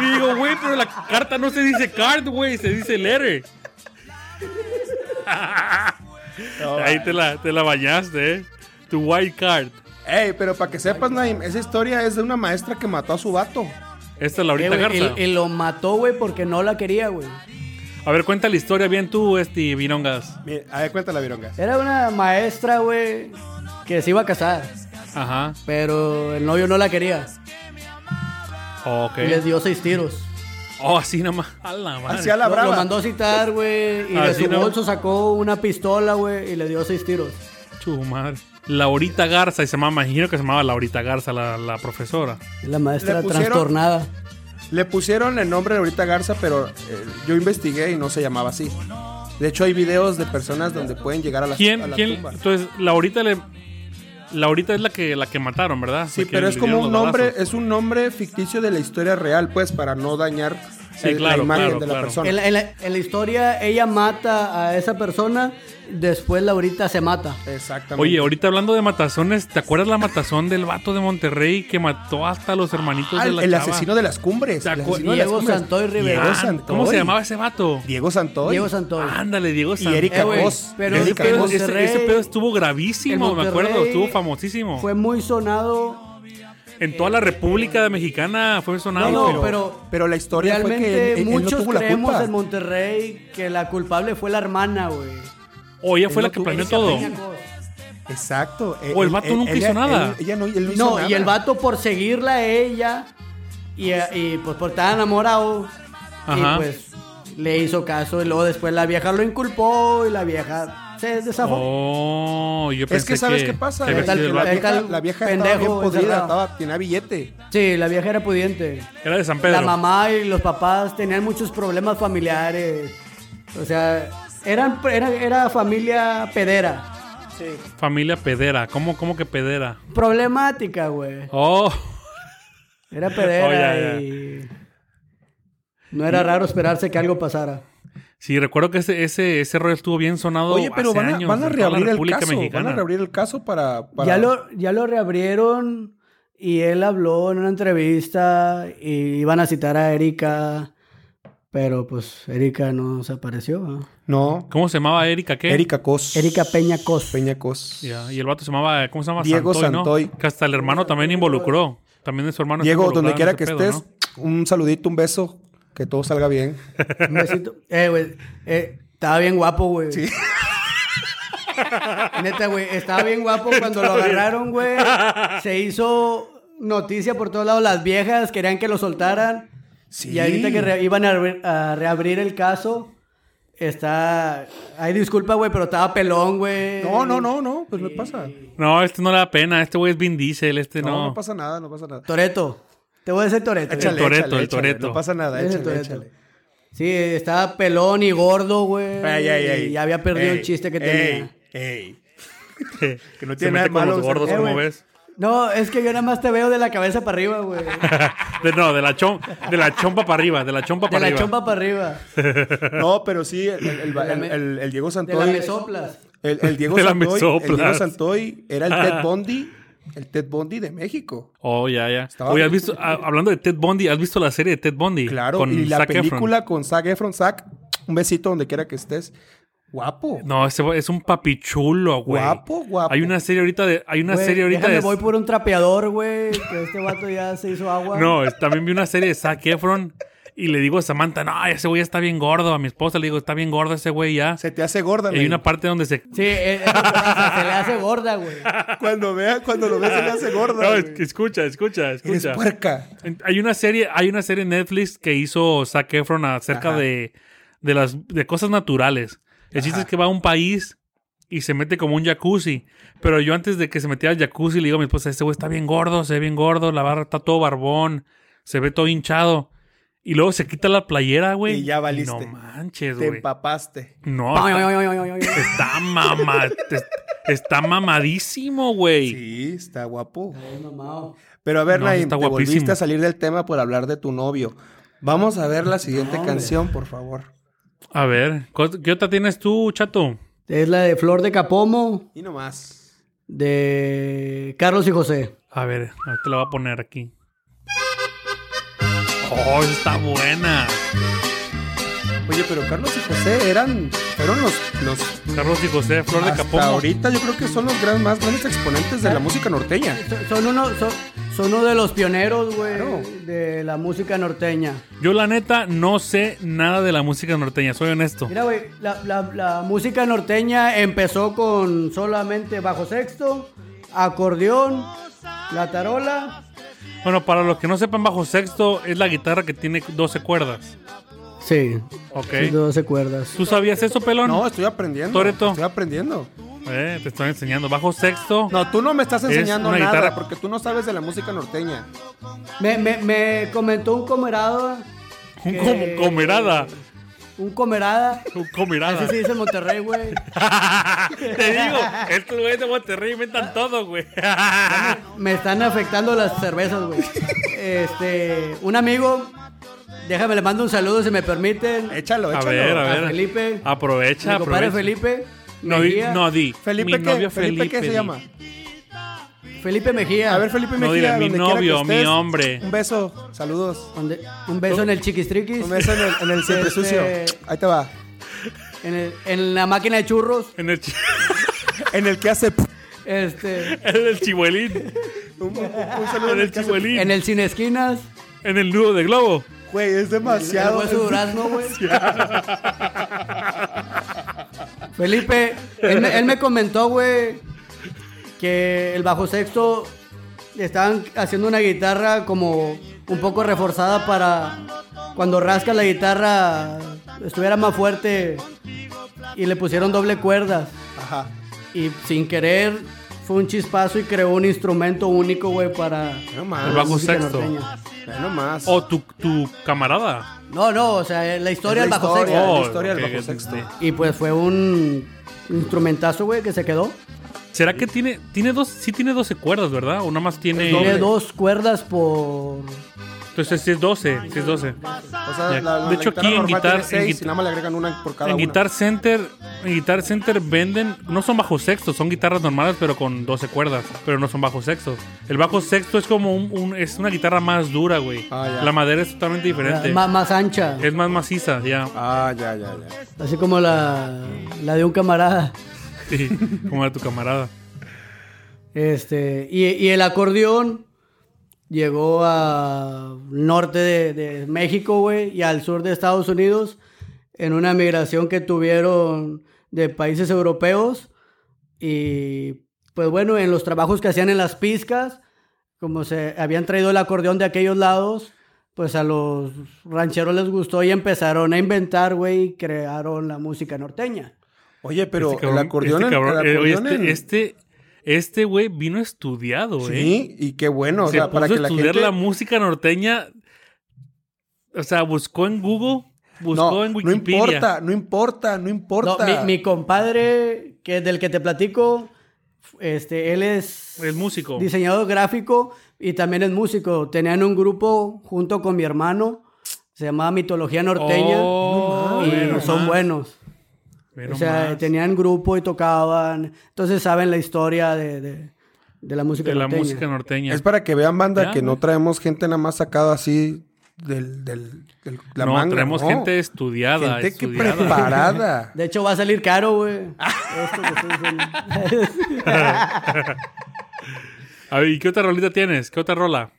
Speaker 3: Y le digo, güey, pero la carta no se dice card, güey, se dice letter.
Speaker 4: No,
Speaker 3: Ahí te la, te la bañaste, ¿eh? Tu white card.
Speaker 4: Ey, pero para que sepas, Naim, esa historia es de una maestra que mató a su vato.
Speaker 3: Esta es la
Speaker 5: eh,
Speaker 3: ahorita
Speaker 5: güey,
Speaker 3: Garza.
Speaker 5: y, y lo mató, güey, porque no la quería, güey.
Speaker 3: A ver, cuenta la historia bien tú, este Virongas.
Speaker 4: Mira, a ver, cuéntala, Virongas.
Speaker 5: Era una maestra, güey, que se iba a casar,
Speaker 3: Ajá.
Speaker 5: pero el novio no la quería.
Speaker 3: Ok.
Speaker 5: Y les dio seis tiros.
Speaker 3: Oh, así nomás. A la madre.
Speaker 4: Hacia la
Speaker 5: Lo, lo
Speaker 4: brava.
Speaker 5: mandó a citar, güey, y de
Speaker 3: Así
Speaker 5: su
Speaker 3: no.
Speaker 5: bolso sacó una pistola, güey, y le dio seis tiros.
Speaker 3: Chu madre. Laurita Garza, y se llama, imagino que se llamaba Laurita Garza, la, la profesora.
Speaker 5: Es la maestra
Speaker 4: Le pusieron-
Speaker 5: trastornada.
Speaker 4: Le pusieron el nombre de ahorita Garza, pero eh, yo investigué y no se llamaba así. De hecho, hay videos de personas donde pueden llegar a la, a
Speaker 3: ¿Quién?
Speaker 4: la
Speaker 3: quién?
Speaker 4: tumba.
Speaker 3: Entonces, Laurita le. Laurita es la que, la que mataron, ¿verdad?
Speaker 4: Sí,
Speaker 3: La que
Speaker 4: pero es
Speaker 3: le
Speaker 4: como
Speaker 3: dieron
Speaker 4: un
Speaker 3: los
Speaker 4: nombre,
Speaker 3: balazos.
Speaker 4: es un nombre ficticio de la historia real, pues, para no dañar
Speaker 3: Sí,
Speaker 4: eh,
Speaker 3: claro,
Speaker 4: la imagen
Speaker 3: claro,
Speaker 4: de la
Speaker 3: claro.
Speaker 4: persona.
Speaker 5: En la, en la- en la historia, ella mata a esa persona, después Laurita se mata.
Speaker 4: Exactamente.
Speaker 3: Oye, ahorita hablando de matazones, ¿te acuerdas la matazón del vato de Monterrey que mató hasta los hermanitos
Speaker 4: Ah,
Speaker 3: de
Speaker 4: el,
Speaker 3: la
Speaker 4: el
Speaker 3: chava?
Speaker 4: asesino de las cumbres.
Speaker 3: ¿Te
Speaker 4: el
Speaker 3: acuer-
Speaker 4: asesino de las
Speaker 5: Diego
Speaker 4: cumbres.
Speaker 5: Santoy
Speaker 4: Diego
Speaker 5: Rivera.
Speaker 3: Ah, ¿Cómo se
Speaker 4: Santoy.
Speaker 3: llamaba ese vato?
Speaker 4: Diego Santoy.
Speaker 5: Diego Santoy.
Speaker 4: Ah,
Speaker 3: Ándale, Diego Santoy.
Speaker 4: Erika
Speaker 5: Eh, güey,
Speaker 4: Voss.
Speaker 5: pero
Speaker 3: ese,
Speaker 5: Erika
Speaker 3: pedo,
Speaker 5: Voss.
Speaker 3: ese-
Speaker 5: Monterrey-
Speaker 3: ese pedo estuvo
Speaker 5: el
Speaker 3: gravísimo, me
Speaker 5: Monterrey
Speaker 3: acuerdo, estuvo famosísimo.
Speaker 5: Fue muy sonado.
Speaker 3: en toda la República Mexicana fue sonado.
Speaker 5: No,
Speaker 3: pero-
Speaker 5: pero-
Speaker 4: Pero la historia fue que
Speaker 5: Realmente
Speaker 4: él- él, no
Speaker 5: muchos
Speaker 4: tuvo la
Speaker 5: creemos
Speaker 4: culpa.
Speaker 5: en Monterrey que la culpable fue la hermana, güey.
Speaker 3: o ella fue
Speaker 4: él
Speaker 3: la
Speaker 4: no
Speaker 3: que
Speaker 4: tuvo-
Speaker 3: planeó
Speaker 4: ella
Speaker 3: todo.
Speaker 4: Exacto.
Speaker 3: O el vato nunca hizo
Speaker 4: ella-
Speaker 3: nada.
Speaker 4: él- ella no, él no hizo
Speaker 5: No,
Speaker 4: nada.
Speaker 5: y el vato por seguirla a ella y, y, pues por estar enamorado
Speaker 3: Ajá.
Speaker 5: y pues le hizo caso y luego después la vieja lo inculpó y la vieja se desafó.
Speaker 3: Oh, yo
Speaker 4: Es
Speaker 3: pensé
Speaker 4: que sabes qué pasa.
Speaker 3: que había
Speaker 5: ¿Qué tal
Speaker 3: sido el
Speaker 5: que-
Speaker 3: vato.
Speaker 4: la, vieja,
Speaker 5: tal
Speaker 4: la vieja estaba
Speaker 5: pendejo
Speaker 4: bien podrida,
Speaker 5: encerrado?
Speaker 4: estaba, tenía billete.
Speaker 5: Sí, la vieja era pudiente.
Speaker 3: Era de San Pedro.
Speaker 5: La mamá y los papás tenían muchos problemas familiares. O sea, eran, era, era familia pedera.
Speaker 3: Familia pedera. ¿Cómo, cómo que pedera?
Speaker 5: Problemática, güey.
Speaker 3: Oh,
Speaker 5: Era pedera
Speaker 3: Oh, ya, ya.
Speaker 5: y... No era raro esperarse que algo pasara.
Speaker 3: sí, recuerdo que ese, ese, ese rollo estuvo bien sonado.
Speaker 4: Oye, pero
Speaker 3: hace
Speaker 4: van a,
Speaker 3: años
Speaker 4: van a
Speaker 3: en toda la
Speaker 4: reabrir el
Speaker 3: República
Speaker 4: caso.
Speaker 3: Mexicana.
Speaker 4: Van a reabrir el caso para. para-
Speaker 5: Ya, lo, ya lo reabrieron y él habló en una entrevista y iban a citar a Erika, pero pues Erika no se apareció. ¿no?
Speaker 4: No.
Speaker 3: ¿Cómo se llamaba Erika? ¿Qué?
Speaker 4: Erika Cos.
Speaker 5: Erika Peña Cos.
Speaker 4: Peña Cos.
Speaker 3: Ya, Y el vato se llamaba, ¿cómo se llama?
Speaker 4: Diego
Speaker 3: Santoy, ¿no?
Speaker 4: Santoy.
Speaker 3: Que hasta el hermano también involucró. También de su hermano. está
Speaker 4: Diego,
Speaker 3: involucrado
Speaker 4: donde
Speaker 3: en
Speaker 4: quiera
Speaker 3: ese
Speaker 4: que
Speaker 3: pedo,
Speaker 4: estés,
Speaker 3: ¿no?
Speaker 4: un saludito, un beso. Que todo salga bien.
Speaker 5: Un besito. Eh, güey. eh, estaba bien guapo, güey. Sí. Neta, güey. Estaba bien guapo cuando lo agarraron, güey. Se hizo noticia por todos lados. Las viejas querían que lo soltaran.
Speaker 4: Sí.
Speaker 5: Y ahorita que re- iban a, re- a reabrir el caso, está. Ay, disculpa, güey, pero estaba pelón, güey.
Speaker 4: No, no, no, no. Pues no pasa.
Speaker 3: No, este no le da pena. Este güey es Vin Diesel. Este
Speaker 4: No,
Speaker 3: no.
Speaker 4: no, pasa nada, no pasa nada.
Speaker 5: Toreto. Te voy a decir Toreto.
Speaker 4: Échale,
Speaker 3: Toretto,
Speaker 4: échale,
Speaker 3: el
Speaker 4: échale,
Speaker 3: Toretto.
Speaker 4: No pasa nada,
Speaker 5: Ese
Speaker 4: échale,
Speaker 5: Toretto.
Speaker 4: échale.
Speaker 5: Sí, estaba pelón y gordo, güey.
Speaker 4: Ey, ey, ey.
Speaker 5: Y había perdido el
Speaker 4: Ey,
Speaker 5: chiste que
Speaker 4: ey,
Speaker 5: tenía.
Speaker 4: ey.
Speaker 3: que no
Speaker 4: tiene nada
Speaker 3: mete con
Speaker 4: malo,
Speaker 3: los gordos,
Speaker 5: eh,
Speaker 3: como
Speaker 5: güey.
Speaker 3: ves.
Speaker 5: No, es que yo nada más te veo de la cabeza para arriba, güey.
Speaker 3: De- no, de la, chom- de la chompa para arriba, de la chompa
Speaker 5: De
Speaker 3: para
Speaker 5: la
Speaker 3: arriba.
Speaker 5: chompa para arriba.
Speaker 4: No, pero sí, el, el-
Speaker 5: De la
Speaker 4: el-
Speaker 5: me-
Speaker 4: el- el Diego
Speaker 5: De la
Speaker 4: Santoy.
Speaker 5: me soplas.
Speaker 4: El, el Diego
Speaker 3: De la Ah.
Speaker 4: Santoy. El Diego
Speaker 3: mesoplas.
Speaker 4: Santoy era el Ted Bundy. El Ted Bundy de México.
Speaker 3: Oh, ya, ya.
Speaker 4: Estaba-
Speaker 3: Oye, ¿has visto, a- hablando de Ted Bundy, ¿has visto la serie de Ted Bundy?
Speaker 4: Claro,
Speaker 3: Con
Speaker 4: y la
Speaker 3: Zac Efron?
Speaker 4: película con Zac Efron. Zac, un besito donde quiera que estés. Guapo.
Speaker 3: No, ese güey es un papichulo, güey.
Speaker 4: Guapo, guapo.
Speaker 3: Hay una serie ahorita de. Hay una
Speaker 5: Güey,
Speaker 3: serie ahorita
Speaker 5: déjame,
Speaker 3: de.
Speaker 5: voy por un trapeador, güey. Que este vato ya se hizo agua.
Speaker 3: No, es- también vi una serie de Zac Efron y le digo a Samantha, no, ese güey está bien gordo. A mi esposa le digo, está bien gordo ese güey ya.
Speaker 4: Se te hace gorda,
Speaker 3: Y hay
Speaker 4: men.
Speaker 3: una parte donde se.
Speaker 5: Sí, eh, eh, o sea, se le hace gorda, güey.
Speaker 4: Cuando vea, cuando lo ves se le hace gorda.
Speaker 3: No,
Speaker 4: güey.
Speaker 3: es- escucha, escucha,
Speaker 4: Eres
Speaker 3: escucha.
Speaker 4: puerca.
Speaker 3: En- Hay una serie, hay una serie en Netflix que hizo Zac Efron acerca
Speaker 4: Ajá.
Speaker 3: de, de las de cosas naturales. El chiste es que va a un país y se mete como un jacuzzi. Pero yo antes de que se metiera al jacuzzi le digo a mi esposa, este güey está bien gordo, se ve bien gordo, la barra está todo barbón, se ve todo hinchado. Y luego se quita la playera, güey.
Speaker 4: Y ya valiste.
Speaker 3: No manches,
Speaker 4: Te
Speaker 3: güey.
Speaker 4: empapaste.
Speaker 3: No,
Speaker 5: Ay,
Speaker 3: está,
Speaker 5: ay, ay, ay, ay, ay.
Speaker 3: está mama- es- está mamadísimo, güey.
Speaker 4: Sí, está guapo.
Speaker 5: Ay, mamao.
Speaker 4: Pero a ver,
Speaker 3: No,
Speaker 4: Naim,
Speaker 3: está
Speaker 4: te volviste
Speaker 3: guapísimo.
Speaker 4: a salir del tema por hablar de tu novio. Vamos a ver la siguiente canción, por favor.
Speaker 3: A ver, ¿cu- ¿qué otra tienes tú, chato?
Speaker 5: Es la de Flor de Capomo,
Speaker 4: Y nomás.
Speaker 5: de Carlos y José.
Speaker 3: A ver, a ver, te la voy a poner aquí. Oh, esa está buena.
Speaker 4: Oye, pero Carlos y José eran, fueron los, los
Speaker 3: Carlos y José, Flor de
Speaker 4: hasta
Speaker 3: Capomo.
Speaker 4: ahorita yo creo que son los gran- más grandes exponentes de la música norteña.
Speaker 5: So- Son unos, son, Son uno de los pioneros, güey,
Speaker 4: Claro.
Speaker 5: de la música norteña.
Speaker 3: Yo la neta no sé nada de la música norteña, soy honesto.
Speaker 5: Mira, güey, la, la- la música norteña empezó con solamente bajo sexto, acordeón, la tarola.
Speaker 3: Bueno, para los que no sepan, bajo sexto es la guitarra que tiene 12 cuerdas.
Speaker 5: Sí,
Speaker 3: Ok.
Speaker 5: se cuerdas.
Speaker 3: ¿Tú sabías eso, pelón?
Speaker 4: No, estoy aprendiendo.
Speaker 3: Toreto.
Speaker 4: Estoy aprendiendo.
Speaker 3: Eh, te estoy enseñando. Bajo sexto.
Speaker 4: No, tú no me estás
Speaker 3: Es
Speaker 4: enseñando
Speaker 3: una
Speaker 4: nada
Speaker 3: guitarra.
Speaker 4: porque tú no sabes de la música norteña.
Speaker 5: Me, me- me comentó un camarada.
Speaker 3: Un
Speaker 5: que-
Speaker 3: com- comerada.
Speaker 5: Un camarada.
Speaker 3: Un comirada.
Speaker 5: Así se dice en Monterrey, güey.
Speaker 3: te digo, estos güeyes de Monterrey inventan todo, güey.
Speaker 5: Me están afectando las cervezas, güey. Este, un amigo, déjame le mando un saludo si me permiten.
Speaker 4: Échalo,
Speaker 3: A
Speaker 4: échalo.
Speaker 3: ver, a
Speaker 5: A
Speaker 3: ver.
Speaker 5: Felipe.
Speaker 3: Aprovecha,
Speaker 5: Mi compadre
Speaker 3: aprovecha.
Speaker 5: Felipe.
Speaker 3: No di,
Speaker 5: Mejía.
Speaker 3: no di.
Speaker 4: Felipe,
Speaker 3: Mi
Speaker 4: ¿qué?
Speaker 3: novio
Speaker 4: Felipe, ¿qué se
Speaker 3: di.
Speaker 4: llama?
Speaker 5: Felipe Mejía.
Speaker 4: A ver, Felipe
Speaker 3: No,
Speaker 4: Mejía,
Speaker 3: dile, mi
Speaker 4: donde quiera que
Speaker 3: novio, mi
Speaker 4: estés,
Speaker 3: hombre.
Speaker 4: Un beso, saludos.
Speaker 5: Donde- Un beso en el chiquistriquis.
Speaker 4: Un beso en el, en el siempre
Speaker 5: Este-
Speaker 4: sucio. Ahí te va.
Speaker 5: En, el- en la máquina de churros.
Speaker 3: En el, chi-
Speaker 4: En el que hace. p-
Speaker 5: Este.
Speaker 3: en el chibuelín.
Speaker 4: Un, un- un saludo
Speaker 3: En el
Speaker 4: que hace-
Speaker 3: chibuelín.
Speaker 5: En el sin esquinas.
Speaker 3: En el nudo de globo.
Speaker 4: Güey, es
Speaker 5: El el
Speaker 4: demasiado.
Speaker 5: hueso durazno, güey. Felipe, él me, él me comentó, güey, que el bajo sexto estaban haciendo una guitarra como un poco reforzada para cuando rasca la guitarra estuviera más fuerte y le pusieron doble cuerdas
Speaker 4: Ajá.
Speaker 5: y sin querer fue un chispazo y creó un instrumento único, güey, para
Speaker 4: No
Speaker 3: El
Speaker 4: más.
Speaker 3: bajo
Speaker 5: música
Speaker 3: sexto.
Speaker 5: norteña.
Speaker 4: No más.
Speaker 3: O tu, tu camarada.
Speaker 5: No, no, o sea, eh, la historia
Speaker 4: Es
Speaker 5: del
Speaker 4: la
Speaker 5: bajo
Speaker 4: historia,
Speaker 5: sexto.
Speaker 4: la
Speaker 3: Oh,
Speaker 4: historia del
Speaker 3: ok,
Speaker 4: bajo sexto.
Speaker 3: entendí.
Speaker 5: Y pues fue un instrumentazo, güey, que se quedó.
Speaker 3: ¿Será que tiene, tiene dos, sí tiene 12 cuerdas, verdad? O nada más tiene.
Speaker 5: Tiene
Speaker 4: Doble.
Speaker 5: dos cuerdas por.
Speaker 3: Entonces sí es 12, sí es 12.
Speaker 4: O sea,
Speaker 3: Ya.
Speaker 4: la, la
Speaker 3: De hecho,
Speaker 4: guitarra
Speaker 3: aquí en
Speaker 4: normal
Speaker 3: guitar-
Speaker 4: tiene seis
Speaker 3: en
Speaker 4: y
Speaker 3: guit-
Speaker 4: nada más le agregan una por cada
Speaker 3: En
Speaker 4: una.
Speaker 3: Guitar Center, en Guitar Center venden, no son bajo sexto, son guitarras normales pero con 12 cuerdas, pero no son bajo sexto. El bajo sexto es como un, un- es una guitarra más dura, güey.
Speaker 4: Ah, ya.
Speaker 3: La madera es totalmente diferente.
Speaker 5: Es más, más ancha.
Speaker 3: Es más maciza, ya.
Speaker 4: Ah, ya, ya, ya.
Speaker 5: Así como la, la de un camarada.
Speaker 3: Sí, como era tu camarada.
Speaker 5: Este. Y, y el acordeón llegó al norte de, de México, güey, y al sur de Estados Unidos, en una migración que tuvieron de países europeos. Y pues bueno, en los trabajos que hacían en las pizcas, como se habían traído el acordeón de aquellos lados, pues a los rancheros les gustó y empezaron a inventar, güey, y crearon la música norteña.
Speaker 4: Oye, pero
Speaker 3: Este cabrón-
Speaker 4: el acordeón.
Speaker 3: este
Speaker 4: en-
Speaker 3: cabrón-
Speaker 4: el
Speaker 3: eh, oye,
Speaker 4: acordeón en-
Speaker 3: este, este, este güey vino estudiado, eh.
Speaker 4: Sí, y qué bueno. O
Speaker 3: Se
Speaker 4: sea, para
Speaker 3: puso
Speaker 4: que
Speaker 3: a
Speaker 4: la
Speaker 3: estudiar
Speaker 4: gente.
Speaker 3: la música norteña. O sea, buscó en Google, buscó
Speaker 4: no,
Speaker 3: en
Speaker 4: no
Speaker 3: Wikipedia.
Speaker 4: importa, no importa, no
Speaker 5: No,
Speaker 4: importa.
Speaker 5: mi, mi compadre, que es del que te platico, este, él es
Speaker 3: Es músico.
Speaker 5: diseñador gráfico y también es músico. Tenían un grupo junto con mi hermano, se llamaba Mitología Norteña,
Speaker 3: Oh,
Speaker 5: y
Speaker 3: mira
Speaker 5: son
Speaker 3: nomás.
Speaker 5: buenos.
Speaker 3: Ve
Speaker 5: o sea,
Speaker 3: nomás.
Speaker 5: tenían grupo y tocaban, entonces saben la historia de, de- de la música
Speaker 3: de la
Speaker 5: norteña.
Speaker 3: música norteña.
Speaker 4: Es para que vean, banda,
Speaker 3: Ya,
Speaker 4: que no
Speaker 3: güey.
Speaker 4: traemos gente nada más sacada así del, del, del- la
Speaker 3: no,
Speaker 4: manga.
Speaker 3: traemos
Speaker 4: no.
Speaker 3: gente estudiada.
Speaker 4: Gente que
Speaker 3: estudiada.
Speaker 4: preparada.
Speaker 5: De hecho, va a salir caro, güey. Esto que estoy diciendo.
Speaker 3: A ver, ¿y qué otra rolita tienes? ¿Qué otra rola?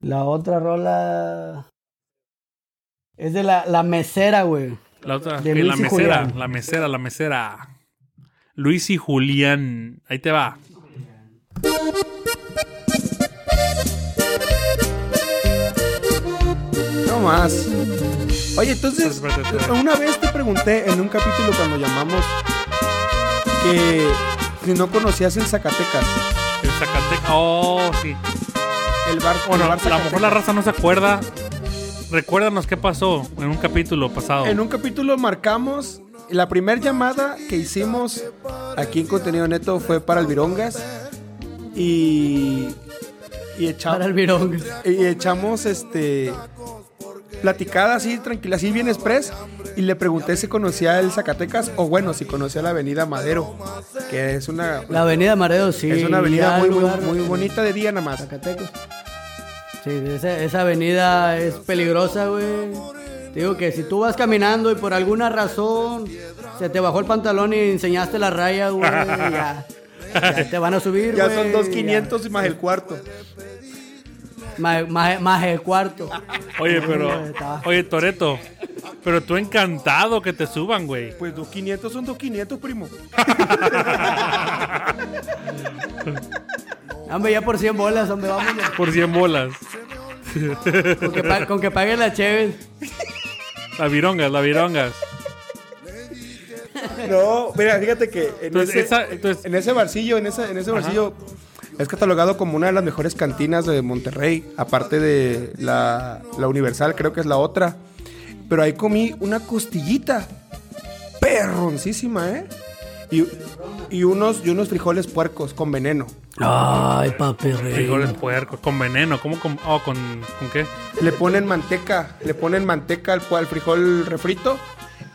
Speaker 5: la otra rola es de la, la mesera, güey.
Speaker 3: La otra.
Speaker 5: De
Speaker 3: eh, la
Speaker 5: Luis y
Speaker 3: mesera,
Speaker 5: Julián.
Speaker 3: la mesera, la mesera. Luis y Julián. Ahí te va.
Speaker 4: No más. Oye, entonces,
Speaker 3: Espérate, espérate.
Speaker 4: una vez te pregunté en un capítulo cuando llamamos que si no conocías el Zacatecas,
Speaker 3: El Zacatecas. Oh, sí.
Speaker 4: el bar,
Speaker 3: Bueno,
Speaker 4: el bar
Speaker 3: a lo mejor la
Speaker 4: Zacatecas.
Speaker 3: raza no se acuerda. Recuérdanos qué pasó en un capítulo pasado.
Speaker 4: En un capítulo marcamos la primera llamada que hicimos aquí en Contenido Neto fue para el Virongas y y echamos
Speaker 5: Para el virón.
Speaker 4: y echamos este platicada así tranquila, así bien express y le pregunté si conocía el Zacatecas o bueno, si conocía la Avenida Madero, que es una
Speaker 5: La avenida Mareo, sí.
Speaker 4: es una avenida
Speaker 5: ya
Speaker 4: muy,
Speaker 5: el
Speaker 4: muy,
Speaker 5: lugar,
Speaker 4: muy
Speaker 5: eh,
Speaker 4: bonita de día nada más.
Speaker 5: Zacatecas. Sí, esa, esa avenida es peligrosa, güey. Te digo que si tú vas caminando y por alguna razón se te bajó el pantalón y enseñaste la raya, güey, ya, ya te van a subir,
Speaker 4: Ya
Speaker 5: güey,
Speaker 4: son dos
Speaker 5: ya.
Speaker 4: 500 y más el cuarto.
Speaker 5: Más, más, más el cuarto.
Speaker 3: Oye,
Speaker 5: Hombre,
Speaker 3: pero.
Speaker 5: está-
Speaker 3: Oye, Toreto. Pero tú encantado que te suban, güey.
Speaker 4: Pues 2500 son 2500, primo.
Speaker 5: Hombre, ya por 100 bolas, hombre, vámonos.
Speaker 3: Por 100 bolas.
Speaker 5: Con que, pa- con que paguen la chévere.
Speaker 3: La virongas, la virongas.
Speaker 4: No, mira, fíjate que en,
Speaker 3: Entonces,
Speaker 4: ese,
Speaker 3: esa- entonces-
Speaker 4: en ese barcillo, en ese, en ese barcillo, es catalogado como una de las mejores cantinas de Monterrey, aparte de la, la Universal, creo que es la otra. Pero ahí comí una costillita, perroncísima, ¿eh? Y, y unos, y unos frijoles puercos con veneno.
Speaker 5: Ay, papi
Speaker 3: Frijoles puercos. Con veneno. ¿Cómo con.? Oh, con, ¿con qué?
Speaker 4: Le ponen manteca, le ponen manteca al, al frijol refrito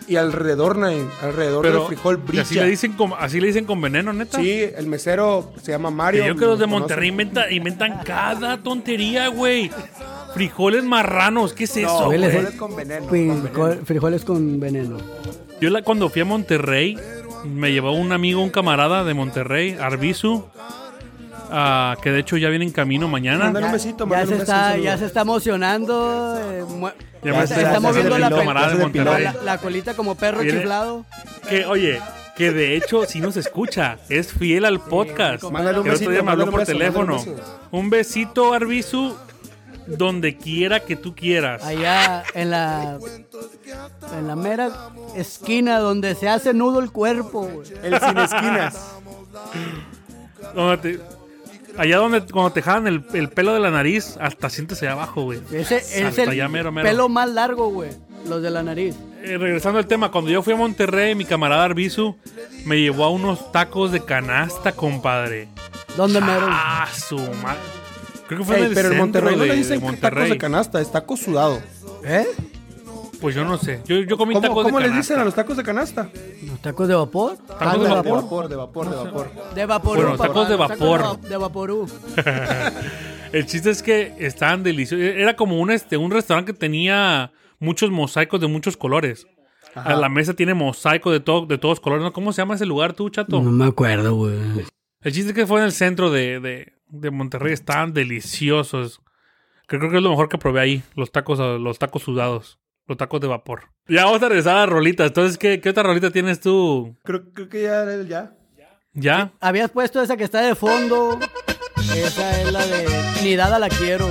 Speaker 4: y alrededor, Nain, alrededor del frijol
Speaker 3: ¿y
Speaker 4: brilla.
Speaker 3: así le dicen con, así le dicen con veneno, neta.
Speaker 4: Sí, el mesero se llama
Speaker 3: Que
Speaker 4: Mario.
Speaker 3: yo creo que los de
Speaker 4: lo conocen.
Speaker 3: Monterrey inventa- inventan cada tontería, güey. Frijoles marranos, ¿qué es eso?
Speaker 5: Frijoles,
Speaker 3: güey?
Speaker 4: frijoles con veneno, con
Speaker 5: Frijoles, ¿eh? Pues, con veneno.
Speaker 3: Yo la, cuando fui a Monterrey, me llevó un amigo, un camarada de Monterrey, Arbizu, ah, que de hecho ya viene en camino mañana.
Speaker 4: Mándale un besito,
Speaker 5: Ya
Speaker 4: mándale
Speaker 5: se,
Speaker 4: un beso, un
Speaker 5: está,
Speaker 4: saludo.
Speaker 5: ya se está emocionando. eh, mu-
Speaker 3: Ya
Speaker 5: ya
Speaker 3: me
Speaker 5: se
Speaker 3: está-
Speaker 5: está
Speaker 3: ya se
Speaker 5: moviendo la,
Speaker 3: depiló,
Speaker 5: pe-
Speaker 3: camarada de
Speaker 5: la-
Speaker 3: Monterrey.
Speaker 5: la- la colita como perro
Speaker 3: Viene-
Speaker 5: chiflado.
Speaker 3: Que, oye, que de hecho si nos escucha, es fiel al podcast.
Speaker 4: Mándale un
Speaker 3: Que el otro
Speaker 4: besito,
Speaker 3: día me habló
Speaker 4: mándale un
Speaker 3: por
Speaker 4: beso,
Speaker 3: teléfono.
Speaker 4: mándale un beso.
Speaker 3: Un besito, Arbizu, donde quiera que tú quieras.
Speaker 5: Allá en la, en la mera esquina donde se hace nudo el cuerpo. güey.
Speaker 4: El sin esquinas.
Speaker 3: Donde te- allá donde cuando te jalan el, el pelo de la nariz, hasta sientes allá abajo, güey.
Speaker 5: Ese es
Speaker 3: Hasta
Speaker 5: el
Speaker 3: allá mero, mero.
Speaker 5: pelo más largo, güey. Los de la nariz.
Speaker 3: Eh, regresando al tema, cuando yo fui a Monterrey, mi camarada Arbizu me llevó a unos tacos de canasta, compadre.
Speaker 5: ¿Dónde mero?
Speaker 3: Ah, su madre. Creo que fue en
Speaker 4: Ey,
Speaker 3: el
Speaker 4: pero en
Speaker 3: centro
Speaker 4: Monterrey no
Speaker 3: de-
Speaker 4: le
Speaker 3: de
Speaker 4: dicen tacos
Speaker 3: Monterrey.
Speaker 4: de canasta, es taco sudado.
Speaker 5: ¿Eh?
Speaker 3: Pues yo no sé. Yo, yo comí
Speaker 4: ¿Cómo,
Speaker 3: tacos
Speaker 4: cómo
Speaker 3: de
Speaker 4: les
Speaker 3: canasta.
Speaker 4: dicen a los tacos de canasta?
Speaker 5: ¿Los tacos de vapor?
Speaker 3: Tacos de vapor.
Speaker 4: de vapor, de vapor.
Speaker 5: De vaporú.
Speaker 3: Bueno,
Speaker 5: papá,
Speaker 3: tacos de
Speaker 5: los
Speaker 3: vapor.
Speaker 5: de, va- de vaporú.
Speaker 3: El chiste es que estaban deliciosos. Era como un, este, un restaurante que tenía muchos mosaicos de muchos colores. A la mesa tiene mosaico de, todo, de todos colores. ¿no? ¿Cómo se llama ese lugar tú, chato?
Speaker 5: me acuerdo, güey.
Speaker 3: El chiste es que fue en el centro de, de- de Monterrey. Estaban deliciosos. Creo, creo que es lo mejor que probé ahí. Los tacos, los tacos sudados. Los tacos de vapor. Ya vamos a regresar a las rolitas. Entonces, ¿qué, qué otra rolita tienes tú?
Speaker 4: Creo, creo que ya era el ya.
Speaker 3: ¿Ya?
Speaker 5: Habías puesto esa que está de fondo. Esa es la de Ni dada la quiero.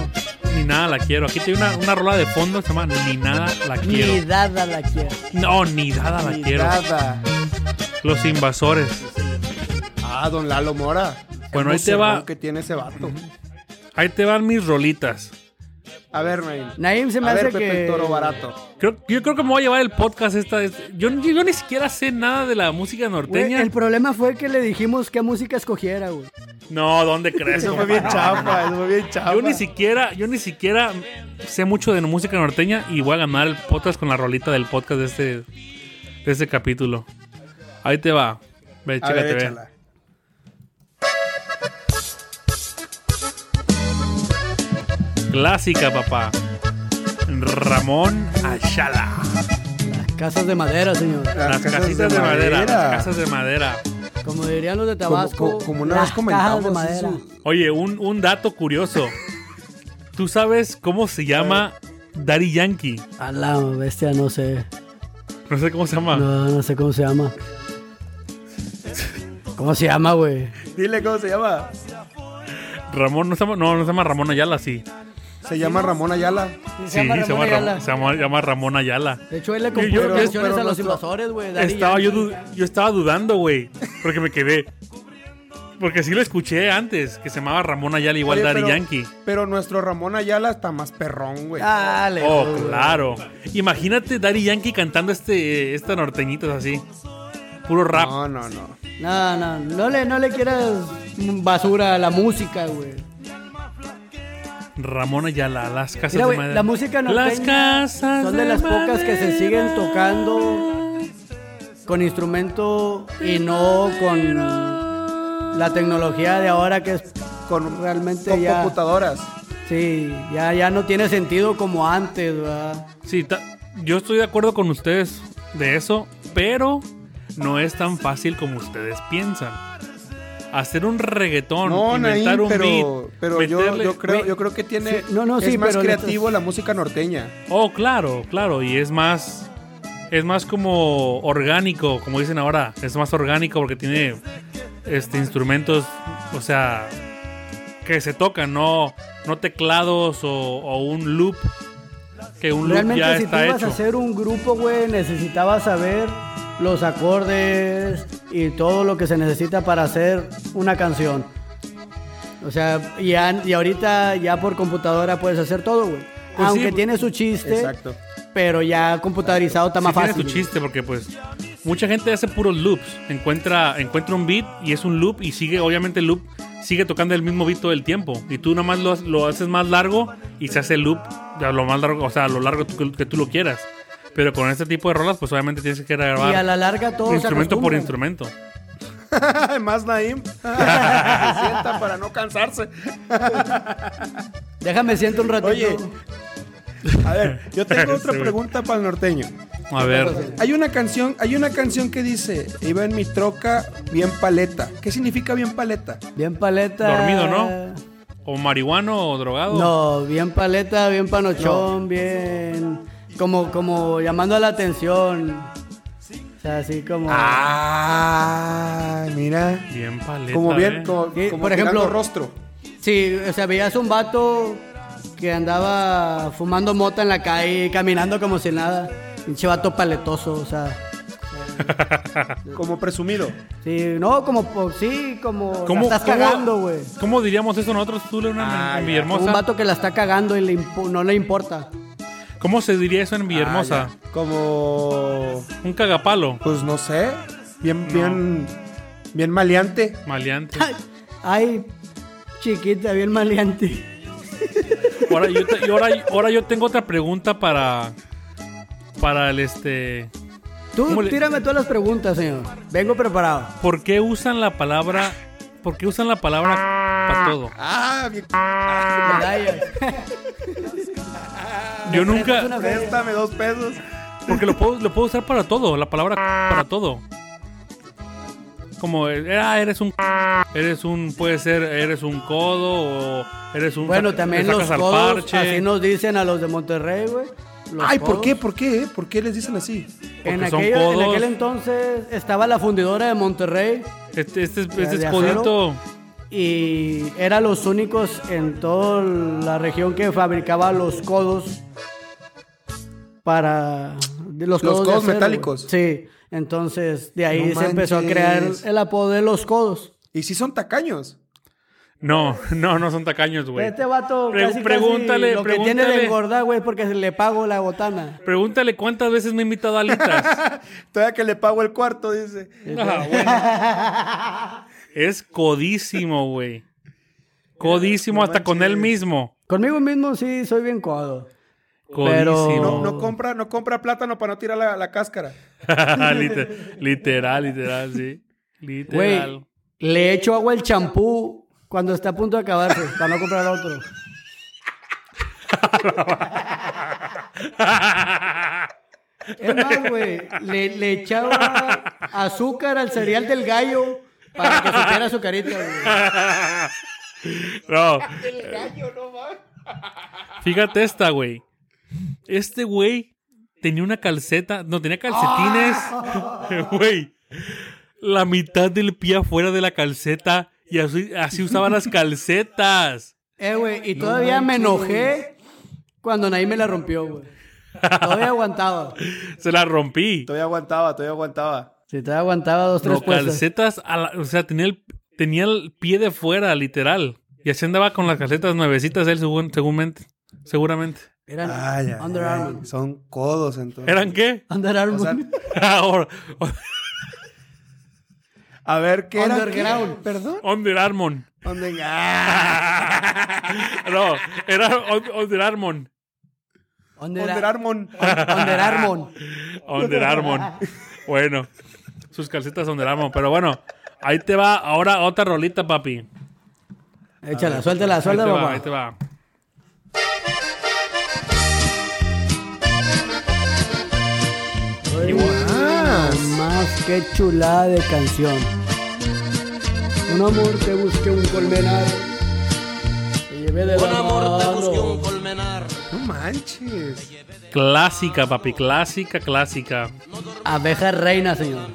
Speaker 3: Ni nada la quiero. Aquí tiene una, una rola de fondo que se llama Ni nada la
Speaker 5: Ni
Speaker 3: quiero.
Speaker 5: dada la quiero.
Speaker 3: No, ni nada la quiero.
Speaker 4: Nada.
Speaker 3: Los invasores.
Speaker 4: Ah, don Lalo Mora.
Speaker 3: Bueno, ahí
Speaker 4: ahí
Speaker 3: te va.
Speaker 4: que tiene ese vato.
Speaker 3: Ahí te van mis rolitas.
Speaker 4: A ver, Naim.
Speaker 5: Naim se me
Speaker 4: a
Speaker 5: hace
Speaker 4: ver, Pepe
Speaker 5: que-
Speaker 4: el Toro Barato.
Speaker 3: Creo- yo creo que me voy a llevar el podcast esta vez. Yo, yo ni siquiera sé nada de la música
Speaker 5: Güey,
Speaker 3: norteña.
Speaker 5: el problema fue que le dijimos qué música escogiera, güey.
Speaker 3: No, ¿dónde crees?
Speaker 4: Eso fue bien
Speaker 3: compadre?
Speaker 4: chapa, eso fue bien chapa.
Speaker 3: Yo ni siquiera, yo ni siquiera sé mucho de música norteña y voy a ganar el podcast con la rolita del podcast de este, de este capítulo. Ahí te va. Ve,
Speaker 4: A ver,
Speaker 3: chécate, ve.
Speaker 4: échala.
Speaker 3: Clásica, papá. Ramón Ayala.
Speaker 5: Las casas de madera, señor.
Speaker 3: Las, casitas de, madera. Las casas de madera.
Speaker 5: Como dirían los de
Speaker 4: Como-
Speaker 5: Tabasco.
Speaker 4: co- como, una
Speaker 5: las
Speaker 4: vez comentamos.
Speaker 5: cajas de madera.
Speaker 4: eso.
Speaker 3: Oye, un, un dato curioso. ¿Tú sabes cómo se llama Daddy Yankee?
Speaker 5: A la bestia, no sé.
Speaker 3: No sé cómo se llama.
Speaker 5: No, no sé cómo se llama. ¿Cómo se llama, güey?
Speaker 4: Dile cómo se llama.
Speaker 3: Ramón, no se llama, no, no se llama Ramón Ayala, sí.
Speaker 4: Se llama Ramón Ayala.
Speaker 5: Sí,
Speaker 3: sí, se llama, Ramón- se llama- llama Ramón Ayala.
Speaker 5: De hecho, él le
Speaker 3: Yo-
Speaker 5: compuso
Speaker 3: yo-
Speaker 5: canciones
Speaker 4: pero
Speaker 5: a los
Speaker 4: nuestro-
Speaker 5: invasores, güey. Daddy
Speaker 3: Estaba yo,
Speaker 5: Yankee.
Speaker 3: du- yo estaba dudando, güey. Porque me quedé. Porque sí lo escuché antes, que se llamaba Ramón Ayala igual
Speaker 4: Oye,
Speaker 3: Daddy
Speaker 4: pero-
Speaker 3: Yankee.
Speaker 4: Pero nuestro Ramón Ayala está más perrón, güey.
Speaker 5: Ah, le-
Speaker 3: Oh, claro. Imagínate Daddy Yankee cantando este, esta norteñitas así. Puro rap.
Speaker 4: No, no, no.
Speaker 5: No, no, no le, no le quieras basura a la música, güey.
Speaker 3: Ramón Ayala, las casas
Speaker 5: Mira,
Speaker 3: de
Speaker 5: güey,
Speaker 3: madera.
Speaker 5: la música norteña
Speaker 3: Las casas
Speaker 5: son de las pocas que se
Speaker 3: madera.
Speaker 5: siguen tocando con instrumento y no con la tecnología de ahora que es
Speaker 4: Con,
Speaker 5: Realmente
Speaker 4: con
Speaker 5: ya-
Speaker 4: computadoras.
Speaker 5: sí, ya ya no tiene sentido como antes, ¿verdad?
Speaker 3: Sí, ta- yo estoy de acuerdo con ustedes de eso, pero no es tan fácil como ustedes piensan. hacer un reggaetón,
Speaker 4: No,
Speaker 3: inventar
Speaker 4: Naim,
Speaker 3: un
Speaker 4: pero,
Speaker 3: beat,
Speaker 4: pero yo,
Speaker 3: meterle-
Speaker 4: yo, creo,
Speaker 3: güey,
Speaker 4: yo creo que tiene.
Speaker 5: Sí, no, no,
Speaker 4: es
Speaker 5: sí,
Speaker 4: más
Speaker 5: pero
Speaker 4: creativo
Speaker 5: neta-
Speaker 4: la música norteña.
Speaker 3: Oh, claro, claro, y es más es más como orgánico, como dicen ahora, es más orgánico porque tiene este instrumentos, o sea, que se tocan, no no teclados o, o un loop que un loop
Speaker 5: Realmente
Speaker 3: ya
Speaker 5: si tú
Speaker 3: está
Speaker 5: ibas
Speaker 3: hecho.
Speaker 5: a hacer un grupo, güey, necesitabas saber los acordes y todo lo que se necesita para hacer una canción. O sea, y, an- y ahorita ya por computadora puedes hacer todo, güey.
Speaker 3: Pues sí,
Speaker 5: Aunque
Speaker 3: pues-
Speaker 5: tiene su chiste,
Speaker 4: Exacto.
Speaker 5: pero ya computarizado está
Speaker 3: Sí
Speaker 5: más
Speaker 3: tiene
Speaker 5: fácil.
Speaker 3: su chiste porque pues mucha gente hace puros loops, encuentra encuentra un beat y es un loop y sigue obviamente el loop sigue tocando el mismo beat todo el tiempo y tú nomás lo, lo haces más largo y se hace el loop a lo más largo, o sea, a lo largo tú- que tú lo quieras. Pero con este tipo de rolas pues obviamente tienes que grabar
Speaker 5: Y a la larga todo se
Speaker 3: instrumento por
Speaker 5: acostumbran.
Speaker 3: instrumento.
Speaker 4: más Naim. Se sienta para no cansarse.
Speaker 5: Déjame siento un ratito.
Speaker 4: Oye, a ver, yo tengo
Speaker 3: Este
Speaker 4: otra
Speaker 3: güey.
Speaker 4: pregunta para el norteño.
Speaker 3: A ver,
Speaker 4: Hay una canción, hay una canción que dice, iba en mi troca bien paleta. ¿Qué significa bien paleta?
Speaker 5: bien paleta.
Speaker 3: dormido, ¿no? O marihuano o drogado.
Speaker 5: No, bien paleta, bien panochón, bien. Como, como llamando la atención. O sea, así como.
Speaker 4: Ah, mira.
Speaker 3: Bien paleta.
Speaker 4: Como bien,
Speaker 3: eh.
Speaker 4: como,
Speaker 5: Sí,
Speaker 4: como
Speaker 5: por ejemplo-
Speaker 4: tirando rostro.
Speaker 5: Sí, o sea, veías un vato que andaba fumando mota en la calle, caminando como si nada. Pinche vato paletoso, o sea.
Speaker 4: Como presumido.
Speaker 5: Sí, no, como. po- Sí, como. la
Speaker 3: ¿Cómo,
Speaker 5: estás
Speaker 3: cómo-
Speaker 5: cagando, güey.
Speaker 3: ¿Cómo diríamos eso nosotros, tú, Leona,
Speaker 4: Ah,
Speaker 3: en
Speaker 4: ya.
Speaker 5: Como Un
Speaker 3: Villahermosa?
Speaker 5: vato que la está cagando y le impo- no le importa.
Speaker 3: ¿Cómo se diría eso en Villahermosa?
Speaker 4: Ah, ya. como,
Speaker 3: Un cagapalo.
Speaker 4: pues no sé, bien, bien, bien maleante.
Speaker 3: Maleante.
Speaker 5: Ay, chiquita, bien maleante.
Speaker 3: Ahora yo, te- y ahora, ahora yo tengo otra pregunta para. Para el este.
Speaker 5: Tú
Speaker 3: ¿Cómo le-
Speaker 5: tírame todas las preguntas, señor. Vengo preparado.
Speaker 3: ¿Por qué usan la palabra. ¿Por qué usan la palabra para todo?
Speaker 4: Ah, bien.
Speaker 5: Medallas.
Speaker 3: Yo
Speaker 5: Es ah, una
Speaker 3: nunca.
Speaker 5: vez.
Speaker 4: Préstame dos pesos.
Speaker 3: Porque lo puedo, lo puedo usar para todo, la palabra para todo. Como, eh, ah, eres un. Eres un. Puede ser, eres un codo o. Eres un.
Speaker 5: Bueno,
Speaker 3: saca-
Speaker 5: también
Speaker 3: le
Speaker 5: los
Speaker 3: sacas al
Speaker 5: codos,
Speaker 3: parche.
Speaker 5: así nos dicen a los de Monterrey, güey. Los
Speaker 4: Ay, ¿por
Speaker 5: codos.
Speaker 4: qué? ¿Por qué? eh? ¿Por qué les dicen así?
Speaker 5: En,
Speaker 3: Porque son
Speaker 5: aquello- en
Speaker 3: codos.
Speaker 5: aquel entonces estaba la fundidora de Monterrey
Speaker 3: Este, este, es- este es
Speaker 5: de
Speaker 3: codito.
Speaker 5: acero. y eran los únicos en toda la región que fabricaba los codos para de los,
Speaker 4: Los
Speaker 5: codos, de
Speaker 4: codos
Speaker 5: acero,
Speaker 4: metálicos.
Speaker 5: güey. Sí, entonces de ahí
Speaker 4: No
Speaker 5: se empezó a crear
Speaker 4: manches.
Speaker 5: el apodo de los codos.
Speaker 4: Y si son tacaños.
Speaker 3: No, no, no son tacaños, güey.
Speaker 5: Este vato
Speaker 3: Pre-
Speaker 5: casi, casi
Speaker 3: pregúntale,
Speaker 5: lo que
Speaker 3: pregúntale.
Speaker 5: tiene de engordar, güey, porque le pago la botana.
Speaker 3: Pregúntale cuántas veces me ha invitado a alitas.
Speaker 4: Todavía que le pago el cuarto, dice.
Speaker 3: Ah, bueno. Es codísimo, güey. Codísimo hasta con él mismo.
Speaker 5: Conmigo mismo sí soy bien codo.
Speaker 4: No,
Speaker 3: Codísimo.
Speaker 4: no compra, no compra plátano para no tirar la, la cáscara.
Speaker 3: Liter- literal, literal, sí. Literal.
Speaker 5: Güey, le echo agua al champú cuando está a punto de acabarse, para no comprar otro. Es más, güey, le, le echaba azúcar al cereal del gallo para que supiera su carita, güey.
Speaker 3: No. Fíjate esta, güey. Este güey tenía una calceta. No, tenía calcetines. Güey. La mitad del pie afuera de la calceta. Y así, así usaba las calcetas.
Speaker 5: Eh, güey, y todavía me enojé cuando nadie me la rompió, güey. Todavía aguantaba.
Speaker 3: Se la rompí.
Speaker 4: Todavía aguantaba, todavía aguantaba.
Speaker 5: Si todavía aguantaba dos, tres
Speaker 3: No,
Speaker 5: puestas.
Speaker 3: calcetas. a la- o sea, tenía el, tenía el pie de fuera, literal. Y así andaba con las calcetas nuevecitas él, según, seguramente. Seguramente.
Speaker 5: Eran
Speaker 4: Ay, ay,
Speaker 5: Under
Speaker 4: ay,
Speaker 5: Armour.
Speaker 4: Son codos entonces.
Speaker 3: ¿Eran qué?
Speaker 5: Under Armour.
Speaker 4: O sea, Ahora, a ver qué era.
Speaker 5: Underground.
Speaker 4: Perdón.
Speaker 3: Under Armour.
Speaker 4: Under- ah,
Speaker 3: No, era On- Under Armour.
Speaker 5: Under,
Speaker 4: Under Armour.
Speaker 5: Under Armour.
Speaker 3: Under Armour. Bueno, sus calcetas Under Armour. Pero bueno, ahí te va ahora otra rolita, papi.
Speaker 5: Échala, suéltala,
Speaker 3: Ahí te
Speaker 5: suéltala,
Speaker 3: va,
Speaker 5: papá.
Speaker 3: ahí te va.
Speaker 5: Más, qué chulada de canción. Un amor te busqué un colmenar. Te llevé de la
Speaker 6: Con amor te
Speaker 5: mano.
Speaker 6: busqué un colmenar.
Speaker 4: No manches.
Speaker 3: Clásica, papi, clásica, clásica.
Speaker 5: Abeja reina, señor.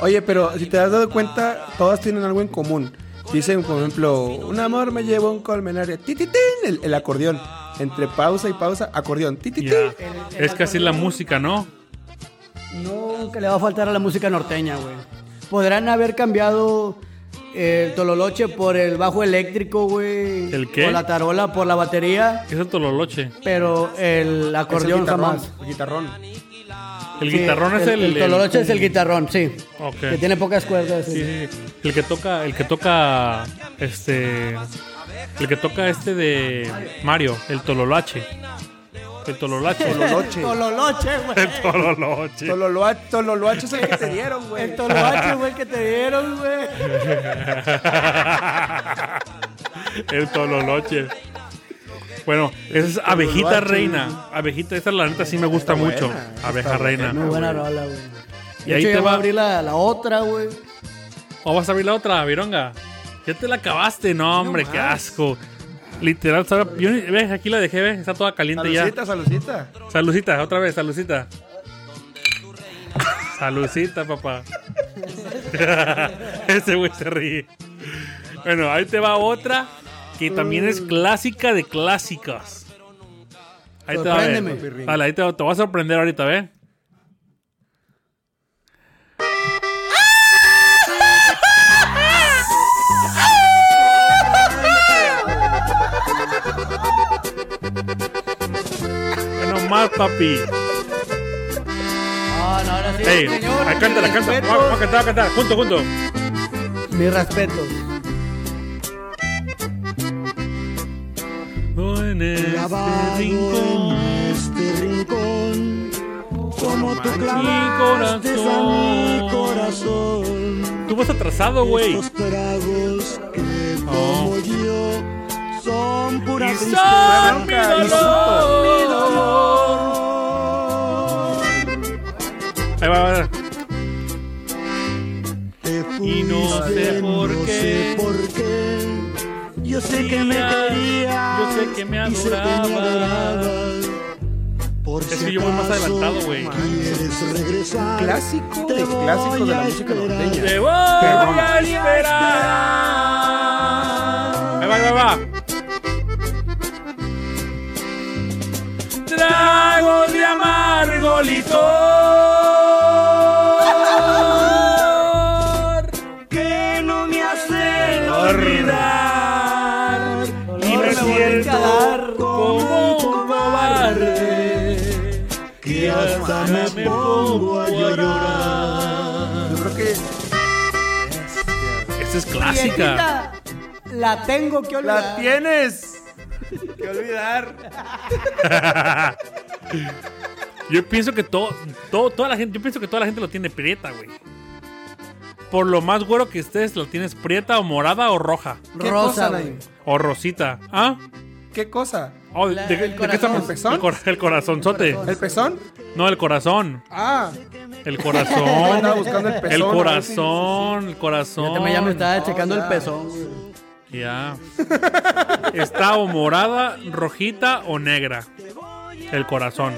Speaker 4: Oye, pero si te has dado cuenta, todas tienen algo en común. Dicen, por ejemplo, un amor me llevó a un colmenar. Ti, ti, tin, el, el acordeón. Entre pausa y pausa, acordeón. Ti, ti,
Speaker 3: Ya.
Speaker 4: tin.
Speaker 3: Es que así es la música, ¿no?
Speaker 5: Nunca le va a faltar a la música norteña, güey. Podrán haber cambiado eh, el tololoche por el bajo eléctrico, güey.
Speaker 3: ¿El qué?
Speaker 5: O la tarola por la batería,
Speaker 3: Es el tololoche.
Speaker 5: pero el
Speaker 4: Es el
Speaker 5: acordeón
Speaker 4: guitarrón,
Speaker 5: jamás.
Speaker 4: el guitarrón.
Speaker 3: El
Speaker 5: Sí,
Speaker 3: guitarrón es el.
Speaker 5: El tololoche es el guitarrón, sí.
Speaker 3: Ok.
Speaker 5: Que tiene pocas cuerdas.
Speaker 3: Sí,
Speaker 5: sí.
Speaker 3: sí, sí. El que toca, el que toca, este, el que toca este de Mario, el Tololoche. El Tololoche.
Speaker 4: Tololoche.
Speaker 5: Tololoche, güey.
Speaker 3: El Tololoche.
Speaker 4: Tololoa- Tololoache es el que te dieron, güey.
Speaker 5: El tololoche, güey, que te dieron, güey.
Speaker 3: El Tololoche. Bueno, esa es Abejita Reina. Abejita, esta la neta sí me gusta mucho. Abeja
Speaker 5: Muy
Speaker 3: Reina.
Speaker 5: buena rola, güey.
Speaker 3: Y
Speaker 5: De
Speaker 3: ahí
Speaker 5: hecho,
Speaker 3: te
Speaker 5: ya voy
Speaker 3: va-
Speaker 5: a abrir la, la otra, güey.
Speaker 3: ¿O vas a abrir la otra, Vironga? Ya te la acabaste, no, hombre, qué asco. Literal, sabe- yo ni- ves, aquí la dejé, ves, está toda caliente ya.
Speaker 4: Salucita, salucita.
Speaker 3: Salucita, otra vez, salucita. Salucita, papá. Ese güey se ríe. Bueno, ahí te va otra que también es clásica de clásicas. Ahí te va a ver.
Speaker 5: Sorpréndeme.
Speaker 3: Dale, ahí te, va- te va a sorprender ahorita, ¿ves? Bueno, más, papi.
Speaker 5: Ah, no, ahora sí.
Speaker 3: Ey,
Speaker 5: señor,
Speaker 3: ahí cántala,
Speaker 5: mis
Speaker 3: cántala.
Speaker 5: respetos.
Speaker 3: Vamos vamos a cantar, vamos a cantar. Junto, junto.
Speaker 5: Mis respetos.
Speaker 3: En este rincón,
Speaker 7: este rincón, como tú
Speaker 3: mi
Speaker 7: clavaste a mi
Speaker 3: corazón.
Speaker 7: corazón,
Speaker 3: Tú vas atrasado, güey.
Speaker 7: los tragos que
Speaker 3: Oh.
Speaker 7: como yo son pura
Speaker 3: Y
Speaker 7: tristeza.
Speaker 3: son mi dolor. Ahí va, ahí va.
Speaker 7: Te
Speaker 3: Y no
Speaker 7: fuiste,
Speaker 3: sé por
Speaker 7: no
Speaker 3: qué.
Speaker 7: sé por qué. Yo sé que me
Speaker 3: Día,
Speaker 7: querías,
Speaker 3: yo sé que me
Speaker 7: y sé que me
Speaker 3: adorabas.
Speaker 7: adorabas. Por
Speaker 3: Es
Speaker 7: si
Speaker 3: que yo voy más
Speaker 7: acaso
Speaker 3: adelantado, güey.
Speaker 7: Quieres regresar.
Speaker 4: Clásico
Speaker 7: te
Speaker 4: de
Speaker 7: voy
Speaker 4: clásicos de la
Speaker 7: a
Speaker 4: música
Speaker 7: esperar.
Speaker 4: norteña.
Speaker 3: Te voy a liberar. Ahí va, ahí va, ahí va. Tragos de amargo licor.
Speaker 7: Que no me hacen
Speaker 3: olvidar y me siento como un cobarde que hasta me pongo a llorar.
Speaker 4: Yo creo que
Speaker 3: Esta es clásica.
Speaker 5: Viejita, La tengo que olvidar.
Speaker 4: la tienes. Que olvidar.
Speaker 3: Yo pienso que todo, todo- toda la gente, yo pienso que toda la gente lo tiene prieta, güey. Por lo más güero que estés, lo tienes prieta o morada o roja
Speaker 4: ¿Qué
Speaker 5: Rosa,
Speaker 4: cosa,
Speaker 5: güey.
Speaker 4: Nain?
Speaker 3: o rosita. ¿Ah?
Speaker 4: ¿Qué cosa?
Speaker 3: Oh, ¿de,
Speaker 5: La-
Speaker 3: de-
Speaker 5: el
Speaker 3: de qué
Speaker 5: corazón.
Speaker 3: estamos?
Speaker 4: ¿El pezón?
Speaker 3: El, cor- el corazonzote.
Speaker 4: ¿El pezón?
Speaker 3: No, el corazón.
Speaker 4: Ah,
Speaker 3: El
Speaker 4: yo
Speaker 3: corazón.
Speaker 4: andaba buscando el pezón.
Speaker 3: El
Speaker 4: a ver si-
Speaker 3: corazón, el corazón.
Speaker 5: Ya me- ya me estaba
Speaker 4: No,
Speaker 5: checando
Speaker 4: ya.
Speaker 5: el pezón. güey.
Speaker 3: Ya. Está o morada, rojita o negra. El corazón.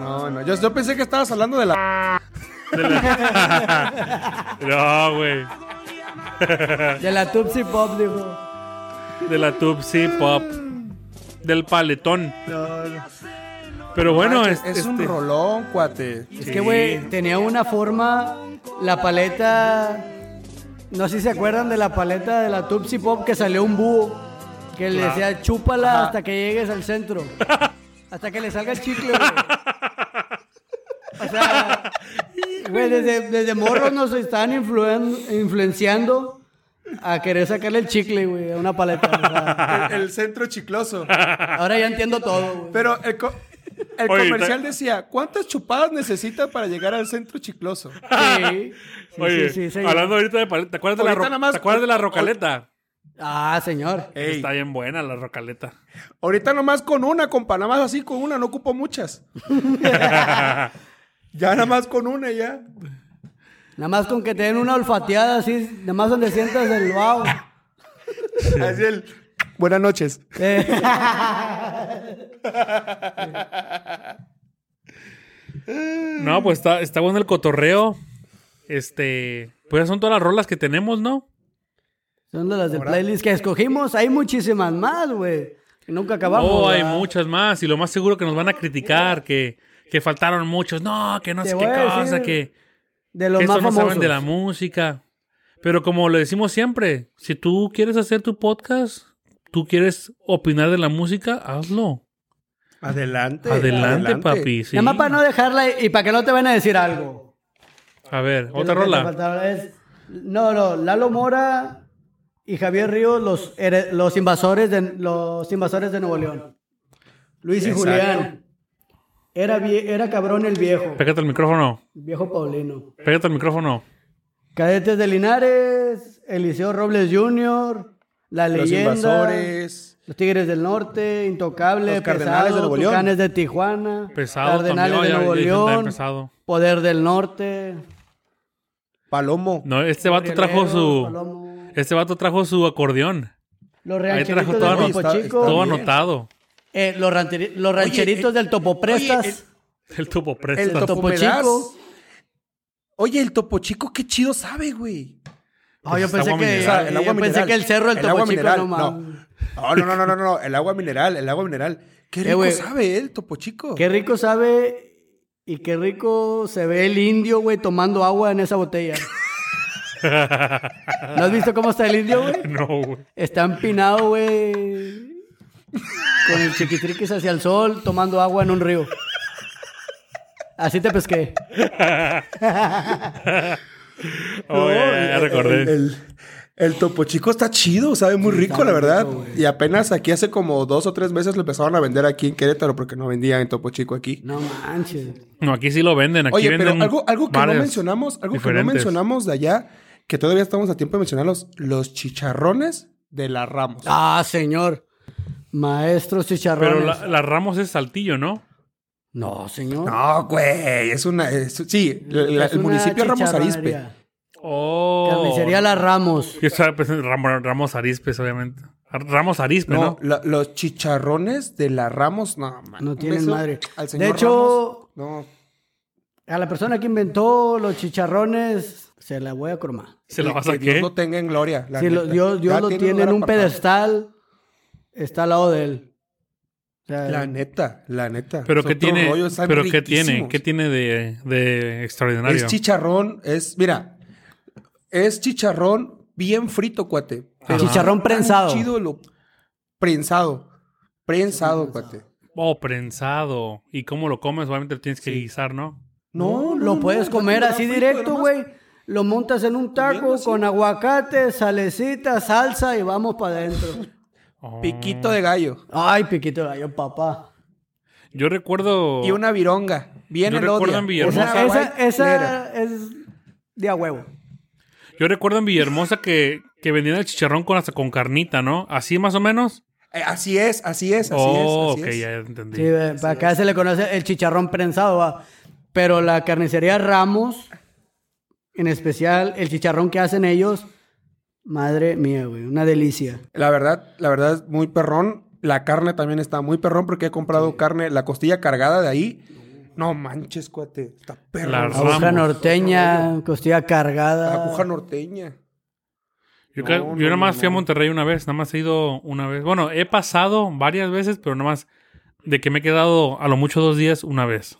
Speaker 4: No, no, yo, yo pensé que estabas hablando de la.
Speaker 3: De la- no, güey.
Speaker 5: De la Tupsi Pop, dijo.
Speaker 3: De la Tupsi Pop. Del paletón. Pero bueno,
Speaker 4: es,
Speaker 3: es,
Speaker 4: es un
Speaker 3: este-
Speaker 4: rolón, cuate.
Speaker 5: Es
Speaker 3: Sí.
Speaker 5: que, güey, tenía una forma. La paleta. No sé si se acuerdan de la paleta de la Tupsi Pop que salió un búho. Que le
Speaker 3: Claro.
Speaker 5: decía, chúpala hasta que llegues al centro. hasta que le salga el chicle, güey. O sea, güey, desde, desde morros nos están influen- influenciando a querer sacarle el chicle, güey, a una paleta. o sea,
Speaker 4: El, el centro chicloso.
Speaker 5: ahora ya entiendo todo, güey.
Speaker 4: Pero el, co- el
Speaker 3: Oye,
Speaker 4: comercial
Speaker 3: ta-
Speaker 4: decía: ¿Cuántas chupadas necesita para llegar al centro chicloso?
Speaker 5: Sí. Sí,
Speaker 3: Oye,
Speaker 5: sí, sí, señor.
Speaker 3: hablando ahorita de paleta, ¿te acuerdas, de la,
Speaker 4: Ahorita
Speaker 3: ro-
Speaker 4: nada más- Oh,
Speaker 3: ¿te acuerdas de la rocaleta?
Speaker 5: Ah, señor.
Speaker 4: Ey,
Speaker 3: Está bien buena la rocaleta.
Speaker 4: ahorita nomás con una, compa, nada más así con una, no ocupo muchas. ya nada más con una, ya.
Speaker 5: Nada más con que te den una olfateada así, nada más donde sientas el wow.
Speaker 4: Así el, Buenas noches.
Speaker 5: Eh,
Speaker 3: No, pues está, está bueno el cotorreo. Este, pues ya son todas las rolas que tenemos, ¿no?
Speaker 5: son de las de playlist que escogimos. Hay muchísimas más, güey. que Nunca acabamos.
Speaker 3: oh, hay
Speaker 5: ¿verdad?
Speaker 3: muchas más. Y lo más seguro que nos van a criticar, que, que faltaron muchos. No, que no
Speaker 5: Te
Speaker 3: sé
Speaker 5: voy
Speaker 3: qué
Speaker 5: a decir
Speaker 3: cosa, que,
Speaker 5: De
Speaker 3: que
Speaker 5: los
Speaker 3: esto
Speaker 5: más
Speaker 3: no
Speaker 5: famosos.
Speaker 3: saben de la música. Pero como lo decimos siempre, si tú quieres hacer tu podcast, tú quieres opinar de la música, hazlo.
Speaker 4: Adelante.
Speaker 3: Adelante, papi. sí.
Speaker 5: Nada más para no dejarla y, y para que no te van a decir algo.
Speaker 3: A ver,
Speaker 5: Que
Speaker 3: otra
Speaker 5: lo que te
Speaker 3: rola.
Speaker 5: faltaba es- No, no, Lalo Mora y Javier Ríos, los, here- los invasores de los invasores de Nuevo León. Luis y
Speaker 4: Exacto.
Speaker 5: Julián. Era, vie- era cabrón el viejo,
Speaker 3: Pégate el micrófono.
Speaker 5: el viejo Paulino.
Speaker 3: Pégate el micrófono.
Speaker 5: Cadetes de Linares, Eliseo Robles Jr., La
Speaker 4: Los
Speaker 5: Leyenda,
Speaker 4: invasores.
Speaker 5: Los Tigres del Norte, Intocable,
Speaker 4: Los Cardenales
Speaker 5: Pesado,
Speaker 4: de Nuevo León.
Speaker 5: Tucanes de Tijuana,
Speaker 3: Pesado
Speaker 5: Cardenales
Speaker 3: también,
Speaker 5: de
Speaker 3: ya-
Speaker 5: Nuevo
Speaker 3: ya dije también
Speaker 5: León,
Speaker 3: pesado.
Speaker 5: Poder del Norte.
Speaker 4: Palomo.
Speaker 3: No, este vato trajo
Speaker 5: Rieleros,
Speaker 3: su.
Speaker 5: Palomo.
Speaker 3: Este vato trajo su acordeón.
Speaker 5: Los
Speaker 3: Ahí
Speaker 5: rancheritos
Speaker 3: trajo
Speaker 5: del
Speaker 3: todo,
Speaker 4: del
Speaker 3: anot-
Speaker 5: Topo
Speaker 4: Está- está
Speaker 5: Chico.
Speaker 3: todo
Speaker 4: bien.
Speaker 3: anotado.
Speaker 5: Eh, los, ranteri- los rancheritos
Speaker 4: eh,
Speaker 5: del Topo Prestas.
Speaker 3: El topo
Speaker 4: El
Speaker 3: presta.
Speaker 4: topo
Speaker 5: Topochico.
Speaker 4: Chico. Oye, el topo chico, qué chido sabe, güey.
Speaker 5: Ah, yo
Speaker 3: Pues
Speaker 5: pensé,
Speaker 3: agua
Speaker 5: que,
Speaker 3: mineral.
Speaker 5: yo
Speaker 4: el agua
Speaker 5: pensé
Speaker 4: mineral.
Speaker 5: que el cerro del
Speaker 4: El
Speaker 5: Topo
Speaker 4: agua
Speaker 5: Chico
Speaker 4: mineral,
Speaker 5: no
Speaker 4: no.
Speaker 5: mames.
Speaker 4: No, no, no, no, no, no, el agua mineral, el agua mineral. Qué rico
Speaker 5: Eh, güey.
Speaker 4: sabe el topo chico.
Speaker 5: Qué rico sabe y qué rico se ve el indio, güey, tomando agua en esa botella. ¿No has visto cómo está el indio, güey?
Speaker 3: No, güey.
Speaker 5: Está empinado, güey. Con el chiquitriquis hacia el sol, tomando agua en un río. Así te pesqué.
Speaker 3: Oh, ya, ya, ya recordé.
Speaker 4: El, el- el topo chico está chido, sabe muy rico, la verdad. y apenas aquí hace como dos o tres meses lo empezaron a vender aquí en Querétaro porque no vendían el topo chico aquí.
Speaker 5: No manches.
Speaker 3: no, aquí sí lo venden. Aquí
Speaker 4: Oye, pero
Speaker 3: venden
Speaker 4: algo, algo que no
Speaker 3: varias
Speaker 4: mencionamos, algo que no
Speaker 3: diferentes.
Speaker 4: mencionamos de allá, que todavía estamos a tiempo de mencionarlos, los chicharrones de la Ramos.
Speaker 5: Ah, señor. Maestros chicharrones.
Speaker 3: Pero la, la Ramos es saltillo, ¿no?
Speaker 5: No, señor.
Speaker 4: No, güey, es una... es- sí, la- la-
Speaker 5: Es
Speaker 4: el
Speaker 5: una
Speaker 4: municipio de Ramos Arispe.
Speaker 5: chicharronería.
Speaker 3: Oh.
Speaker 5: Carnicería La Ramos.
Speaker 3: Yo estaba pensando en Ram- Ramos Arispe, obviamente. Ar- Ramos Arispe,
Speaker 4: No,
Speaker 3: ¿no?
Speaker 4: la- los chicharrones de la Ramos, no, man.
Speaker 5: No
Speaker 4: Un
Speaker 5: tienen
Speaker 4: beso
Speaker 5: madre.
Speaker 4: al
Speaker 5: De
Speaker 4: señor
Speaker 5: hecho-
Speaker 4: Ramos.
Speaker 5: A la persona que inventó los chicharrones, se la voy a cromar.
Speaker 3: ¿Se
Speaker 4: no.
Speaker 3: la vas a
Speaker 4: que Dios
Speaker 3: qué?
Speaker 4: lo tenga en gloria. la
Speaker 5: Si lo-
Speaker 4: neta.
Speaker 5: Dios, Dios
Speaker 4: Ya
Speaker 5: lo
Speaker 4: un
Speaker 5: tiene en
Speaker 4: lugar
Speaker 5: un
Speaker 4: apartado.
Speaker 5: pedestal, está al lado de él. O sea,
Speaker 4: La neta, la neta.
Speaker 3: Pero
Speaker 4: Es
Speaker 3: qué
Speaker 4: otro
Speaker 3: tiene,
Speaker 4: rollo, están
Speaker 3: pero qué tiene,
Speaker 4: riquísimos.
Speaker 3: qué tiene de, de extraordinario.
Speaker 4: Es chicharrón, es, mira, es chicharrón bien frito, cuate. pero
Speaker 5: Ah, Chicharrón
Speaker 4: tan
Speaker 5: prensado.
Speaker 4: Chido lo prensado. Prensado, cuate.
Speaker 3: Oh, prensado. ¿Y cómo lo comes? Obviamente lo tienes que guisar, ¿no?
Speaker 4: No, pues
Speaker 5: lo puedes comer así directo, güey. Lo montas en un
Speaker 4: Comiendo
Speaker 5: taco
Speaker 4: así.
Speaker 5: con aguacate, salecita, salsa y vamos para adentro.
Speaker 3: Oh.
Speaker 4: Piquito de gallo.
Speaker 5: Ay, piquito de gallo, papá.
Speaker 3: Yo recuerdo.
Speaker 4: Y una vironga. Bien
Speaker 3: Yo
Speaker 4: el
Speaker 3: recuerdo
Speaker 4: odia.
Speaker 3: en
Speaker 5: O sea,
Speaker 3: Villahermosa,
Speaker 4: Una
Speaker 5: esa
Speaker 4: white negra.
Speaker 5: esa es de a huevo.
Speaker 3: Yo recuerdo en Villahermosa que, que vendían el chicharrón con hasta con carnita, ¿no? Así más o menos.
Speaker 4: Eh, así es, así es, así
Speaker 3: oh,
Speaker 4: es.
Speaker 3: ok,
Speaker 4: Así es.
Speaker 3: ya entendí.
Speaker 5: Sí, ve, para acá se le conoce el chicharrón prensado, va. Pero la carnicería Ramos, en especial el chicharrón que hacen ellos, madre mía, güey, una delicia.
Speaker 4: La verdad, la verdad es muy perrón. La carne también está muy perrón porque he comprado carne, la costilla cargada de ahí. No manches, cuate. Está perrón.
Speaker 3: La
Speaker 4: La
Speaker 5: Aguja
Speaker 3: Ramos.
Speaker 5: norteña, costilla cargada.
Speaker 4: aguja norteña.
Speaker 3: Yo, ca-
Speaker 4: No,
Speaker 3: yo
Speaker 4: no,
Speaker 3: nada más
Speaker 4: no,
Speaker 3: fui a
Speaker 4: no.
Speaker 3: Monterrey una vez, nada más he ido una vez. Bueno, he pasado varias veces, pero nada más de que me he quedado a lo mucho dos días, una vez.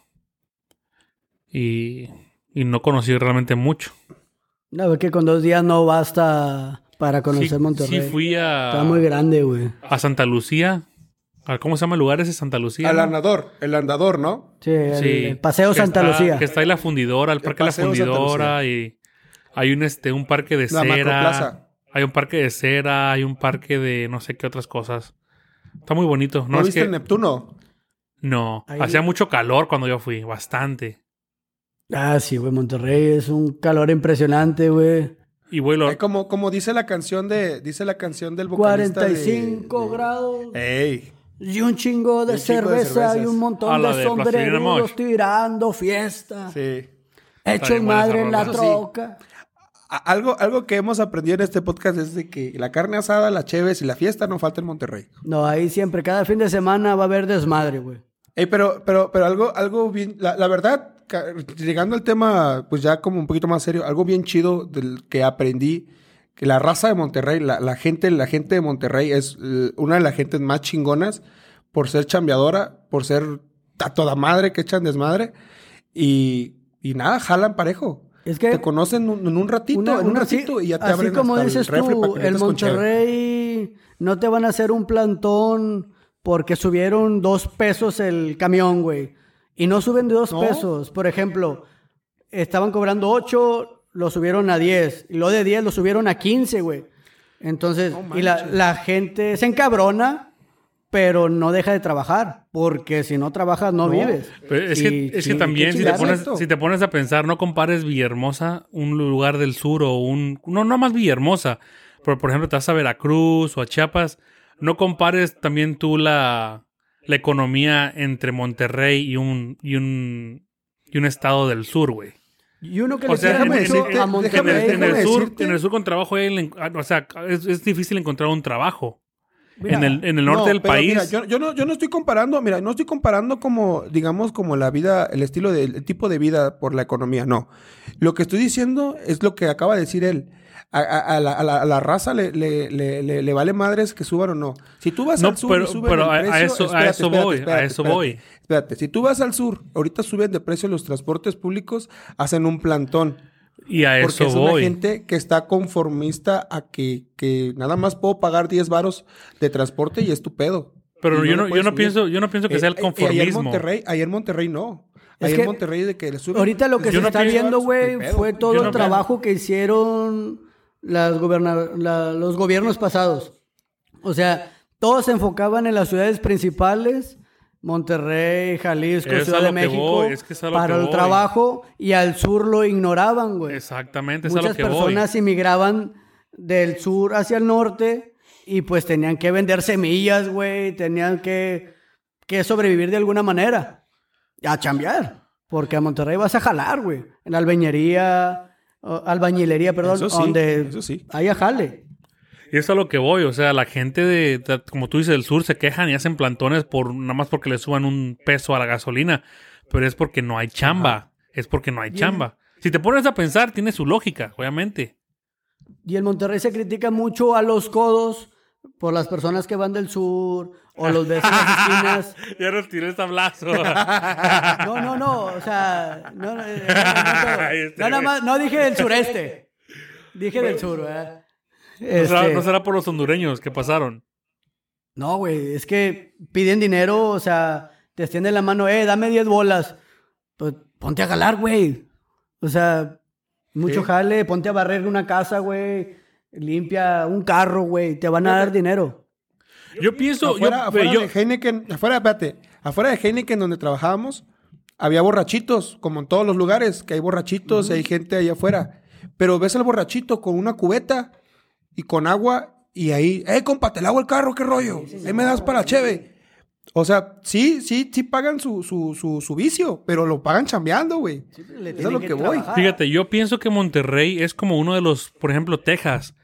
Speaker 3: Y, y no conocí realmente mucho.
Speaker 5: No, es que con dos días no basta para
Speaker 3: Sí,
Speaker 5: conocer Monterrey.
Speaker 3: sí fui
Speaker 5: Está
Speaker 3: a,
Speaker 5: muy grande, güey.
Speaker 3: a Santa Lucía. ¿A ¿Cómo se llama el lugar ese? Santa Lucía.
Speaker 4: Al
Speaker 3: ¿no?
Speaker 4: andador, el andador, ¿no?
Speaker 5: Sí, el,
Speaker 3: Sí.
Speaker 5: el Paseo
Speaker 3: Que
Speaker 5: Santa
Speaker 3: está-
Speaker 5: Lucía.
Speaker 3: Que está ahí la fundidora, el
Speaker 4: El
Speaker 3: parque de la
Speaker 4: Paseo Santa
Speaker 3: fundidora y hay un este un parque de
Speaker 4: La
Speaker 3: cera.
Speaker 4: Macroplaza.
Speaker 3: Hay un parque de cera, hay un parque de no sé qué otras cosas. Está muy bonito.
Speaker 4: ¿No,
Speaker 3: No, es
Speaker 4: viste
Speaker 3: que-
Speaker 4: el Neptuno?
Speaker 3: no.
Speaker 5: Ahí-
Speaker 3: hacía mucho calor cuando yo fui, bastante.
Speaker 5: Ah, sí, güey, Monterrey es un calor impresionante, güey.
Speaker 3: Y güey, lo-
Speaker 4: Hay como, como dice la canción de, dice la canción del vocalista de-
Speaker 5: 45
Speaker 4: de-
Speaker 5: grados.
Speaker 4: Ey,
Speaker 5: Y
Speaker 4: Y
Speaker 5: un chingo de,
Speaker 4: un chingo de
Speaker 5: cerveza y
Speaker 4: cervezas.
Speaker 5: un
Speaker 3: A
Speaker 5: montón
Speaker 3: la
Speaker 5: de,
Speaker 3: de Plastilina
Speaker 5: sombrerudos
Speaker 3: Mosh.
Speaker 5: tirando fiesta.
Speaker 4: sí.
Speaker 5: Hecho
Speaker 3: bien buena
Speaker 5: madre
Speaker 3: esa
Speaker 5: en la
Speaker 3: rola.
Speaker 4: Eso sí.
Speaker 5: troca.
Speaker 4: A- Algo, algo que hemos aprendido en este podcast es de que la carne asada, las cheves y la fiesta no falta en Monterrey.
Speaker 5: No, ahí siempre, cada fin de semana va a haber desmadre, güey.
Speaker 4: Ey, pero, pero, pero algo, algo bien, la, la verdad, ca- llegando al tema, pues ya como un poquito más serio, algo bien chido del que aprendí, que la raza de Monterrey, la, la gente, la gente de Monterrey es eh, una de las gentes más chingonas por ser chambeadora, por ser a toda madre que echan desmadre y, y nada, jalan parejo.
Speaker 5: Es que-
Speaker 4: te conocen un- en un ratito,
Speaker 5: Una-
Speaker 4: en un
Speaker 5: una-
Speaker 4: ratito
Speaker 5: sí,
Speaker 4: y ya te
Speaker 5: así
Speaker 4: abren
Speaker 5: como
Speaker 4: hasta
Speaker 5: dices
Speaker 4: el refri para
Speaker 5: tú,
Speaker 4: que
Speaker 5: el
Speaker 4: metas con cheve.
Speaker 5: Monterrey no te van a hacer un plantón porque subieron dos pesos el camión, güey. Y no suben de dos
Speaker 4: No.
Speaker 5: pesos. Por ejemplo, estaban cobrando ocho, lo subieron a diez. Y lo de diez lo subieron a quince, güey. Entonces, y la, la gente se encabrona, pero no deja de trabajar. Porque si no trabajas, no, vives.
Speaker 3: Pero es,
Speaker 5: Y
Speaker 3: que, es que
Speaker 5: sí,
Speaker 3: también,
Speaker 4: qué
Speaker 3: si te,
Speaker 4: chidazo
Speaker 3: pones,
Speaker 4: esto.
Speaker 3: si te pones a pensar, no compares Villahermosa, un lugar del sur o un. No, no más Villahermosa. Pero, por ejemplo, te vas a Veracruz o a Chiapas. No compares también tú la, la economía entre Monterrey y un, y un, y un estado del sur, güey.
Speaker 5: Y uno que
Speaker 3: O
Speaker 5: le
Speaker 3: sea,
Speaker 5: quiere
Speaker 3: en- en-
Speaker 5: mucho
Speaker 3: en-
Speaker 5: a
Speaker 3: en-
Speaker 5: Monterrey.
Speaker 3: en, el, en el
Speaker 4: déjame
Speaker 3: sur,
Speaker 4: decirte-
Speaker 3: en el sur con trabajo, él en- o sea, es, es difícil encontrar un trabajo.
Speaker 5: Mira,
Speaker 3: en, el, en el norte
Speaker 4: No,
Speaker 3: del
Speaker 4: pero
Speaker 3: país.
Speaker 4: mira, yo, yo no, yo no estoy comparando, mira, no estoy comparando como, digamos, como la vida, el estilo del el tipo de vida por la economía, no. Lo que estoy diciendo es lo que acaba de decir él. A, a- a la, a la- a la raza le, le- le- le- le vale madres que suban o no. Si tú vas
Speaker 3: No,
Speaker 4: al sur
Speaker 3: pero-
Speaker 4: y suben
Speaker 3: pero
Speaker 4: el
Speaker 3: a- a
Speaker 4: precio-
Speaker 3: eso- a
Speaker 4: espérate,
Speaker 3: eso voy,
Speaker 4: espérate,
Speaker 3: a
Speaker 4: espérate,
Speaker 3: eso
Speaker 4: espérate.
Speaker 3: voy.
Speaker 4: Espérate, si tú vas al sur, ahorita suben de precio los transportes públicos, hacen un plantón.
Speaker 3: y a
Speaker 4: Porque
Speaker 3: eso
Speaker 4: es una
Speaker 3: voy.
Speaker 4: gente que está conformista a que, que nada más puedo pagar 10 varos de transporte y es tu pedo.
Speaker 3: Pero
Speaker 4: Y
Speaker 3: yo
Speaker 4: lo
Speaker 3: no, yo
Speaker 4: puedes
Speaker 3: no
Speaker 4: subir.
Speaker 3: pienso, yo no pienso que
Speaker 4: Eh,
Speaker 3: sea el
Speaker 4: eh, Ayer en
Speaker 3: conformismo.
Speaker 4: Monterrey, ayer en Monterrey no.
Speaker 5: Es
Speaker 4: ayer
Speaker 5: que
Speaker 4: en Monterrey de que le suben.
Speaker 5: Ahorita lo que
Speaker 4: les
Speaker 5: se
Speaker 3: no
Speaker 4: suben
Speaker 5: está
Speaker 3: pienso-
Speaker 4: 10
Speaker 5: viendo,
Speaker 4: varos,
Speaker 5: güey,
Speaker 4: el pedo.
Speaker 5: fue todo
Speaker 3: Yo no
Speaker 5: el trabajo que hicieron las goberna- la- los gobiernos pasados. O sea, todos se enfocaban en las ciudades principales, Monterrey, Jalisco,
Speaker 3: Es a
Speaker 5: Ciudad
Speaker 3: lo
Speaker 5: de
Speaker 3: que
Speaker 5: México,
Speaker 3: voy, es que es a lo
Speaker 5: para
Speaker 3: que
Speaker 5: el
Speaker 3: voy.
Speaker 5: trabajo y al sur lo ignoraban,
Speaker 4: pues,
Speaker 5: güey.
Speaker 3: Exactamente, es a lo
Speaker 5: Muchas
Speaker 3: que
Speaker 5: personas inmigraban del sur hacia el norte y pues tenían que vender semillas, güey, tenían que, que sobrevivir de alguna manera, a chambear, porque a Monterrey vas a jalar, güey, en la albañería, o- albañilería, perdón,
Speaker 4: Eso sí,
Speaker 5: donde
Speaker 4: eso sí.
Speaker 5: haya jale.
Speaker 3: voy. Es a lo que voy. O sea, la gente de, de- como tú dices, del sur se quejan y hacen plantones por nada más porque le suban un peso a la gasolina. Pero es porque no hay chamba. Es porque no hay chamba. Si te pones a pensar, tiene su lógica, obviamente.
Speaker 5: Y en Monterrey se critica mucho a los codos por las personas que van del sur o los ves en las esquinas.
Speaker 3: ya nos tiró
Speaker 4: este
Speaker 3: el tablazo.
Speaker 5: No, no, no, o sea, no, no, eh, no,
Speaker 3: Ay,
Speaker 5: no,
Speaker 3: este
Speaker 5: no, nada
Speaker 3: güey.
Speaker 5: más, no dije del sureste, dije del sur, ¿verdad?
Speaker 3: No será-
Speaker 5: Este,
Speaker 3: no será por los hondureños que pasaron.
Speaker 5: no, güey, es que piden dinero, o sea, te extienden la mano, eh, dame 10 bolas, pues ponte a jalar, güey, o sea, mucho jale, ponte a barrer una casa, güey, limpia un carro, güey, te van a dar dinero.
Speaker 3: Yo
Speaker 5: Oh,
Speaker 3: pienso,
Speaker 4: Afuera,
Speaker 3: yo,
Speaker 4: afuera
Speaker 3: yo-
Speaker 4: de Heineken, afuera, espérate, afuera de Heineken donde trabajábamos, había borrachitos, como en todos los lugares, que hay borrachitos, hay gente ahí afuera. Pero ves al borrachito con una cubeta y con agua, y ahí, eh, compa, te lavo el carro, qué rollo, ahí me das para la cheve. O sea, sí, sí, sí pagan su, su, su, su vicio, pero lo pagan chambeando, güey. Eso
Speaker 5: Le
Speaker 4: es
Speaker 5: tienen
Speaker 4: lo que voy.
Speaker 5: trabajar.
Speaker 3: fíjate, yo pienso que Monterrey es como uno de los, por ejemplo, Texas.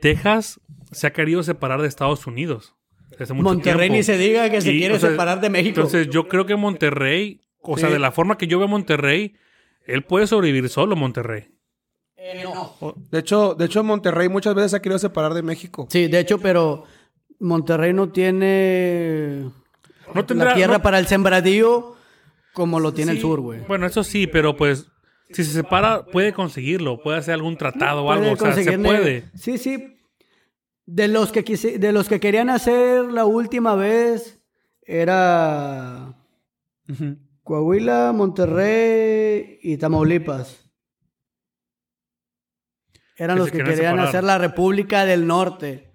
Speaker 3: Texas se ha querido separar de Estados Unidos. desde hace mucho
Speaker 5: Monterrey
Speaker 3: tiempo.
Speaker 5: ni se diga que se
Speaker 3: Y,
Speaker 5: quiere
Speaker 3: o sea,
Speaker 5: separar de México.
Speaker 3: Entonces, yo creo que Monterrey, o sea,
Speaker 4: Sí.
Speaker 3: de la forma que yo veo a Monterrey, él puede sobrevivir solo, Monterrey.
Speaker 4: De hecho, de hecho, Monterrey muchas veces se ha querido separar de México.
Speaker 5: Sí, de hecho, pero Monterrey no tiene
Speaker 3: No tendrá-
Speaker 5: la tierra
Speaker 3: no-
Speaker 5: para el sembradío como lo tiene el
Speaker 3: Sí,
Speaker 5: sur, güey.
Speaker 3: Bueno, eso sí, pero pues, si se separa, puede conseguirlo, puede hacer algún tratado o
Speaker 5: Puede
Speaker 3: algo, o sea, se
Speaker 5: conseguir ne-
Speaker 3: puede.
Speaker 5: Sí, sí. De los que quise- de los que querían hacer la última vez era
Speaker 4: Ujú.
Speaker 5: Coahuila, Monterrey y Tamaulipas. Eran
Speaker 3: Que
Speaker 5: los
Speaker 3: se
Speaker 5: que
Speaker 3: querían
Speaker 5: querían
Speaker 3: separar.
Speaker 5: hacer la República del Norte.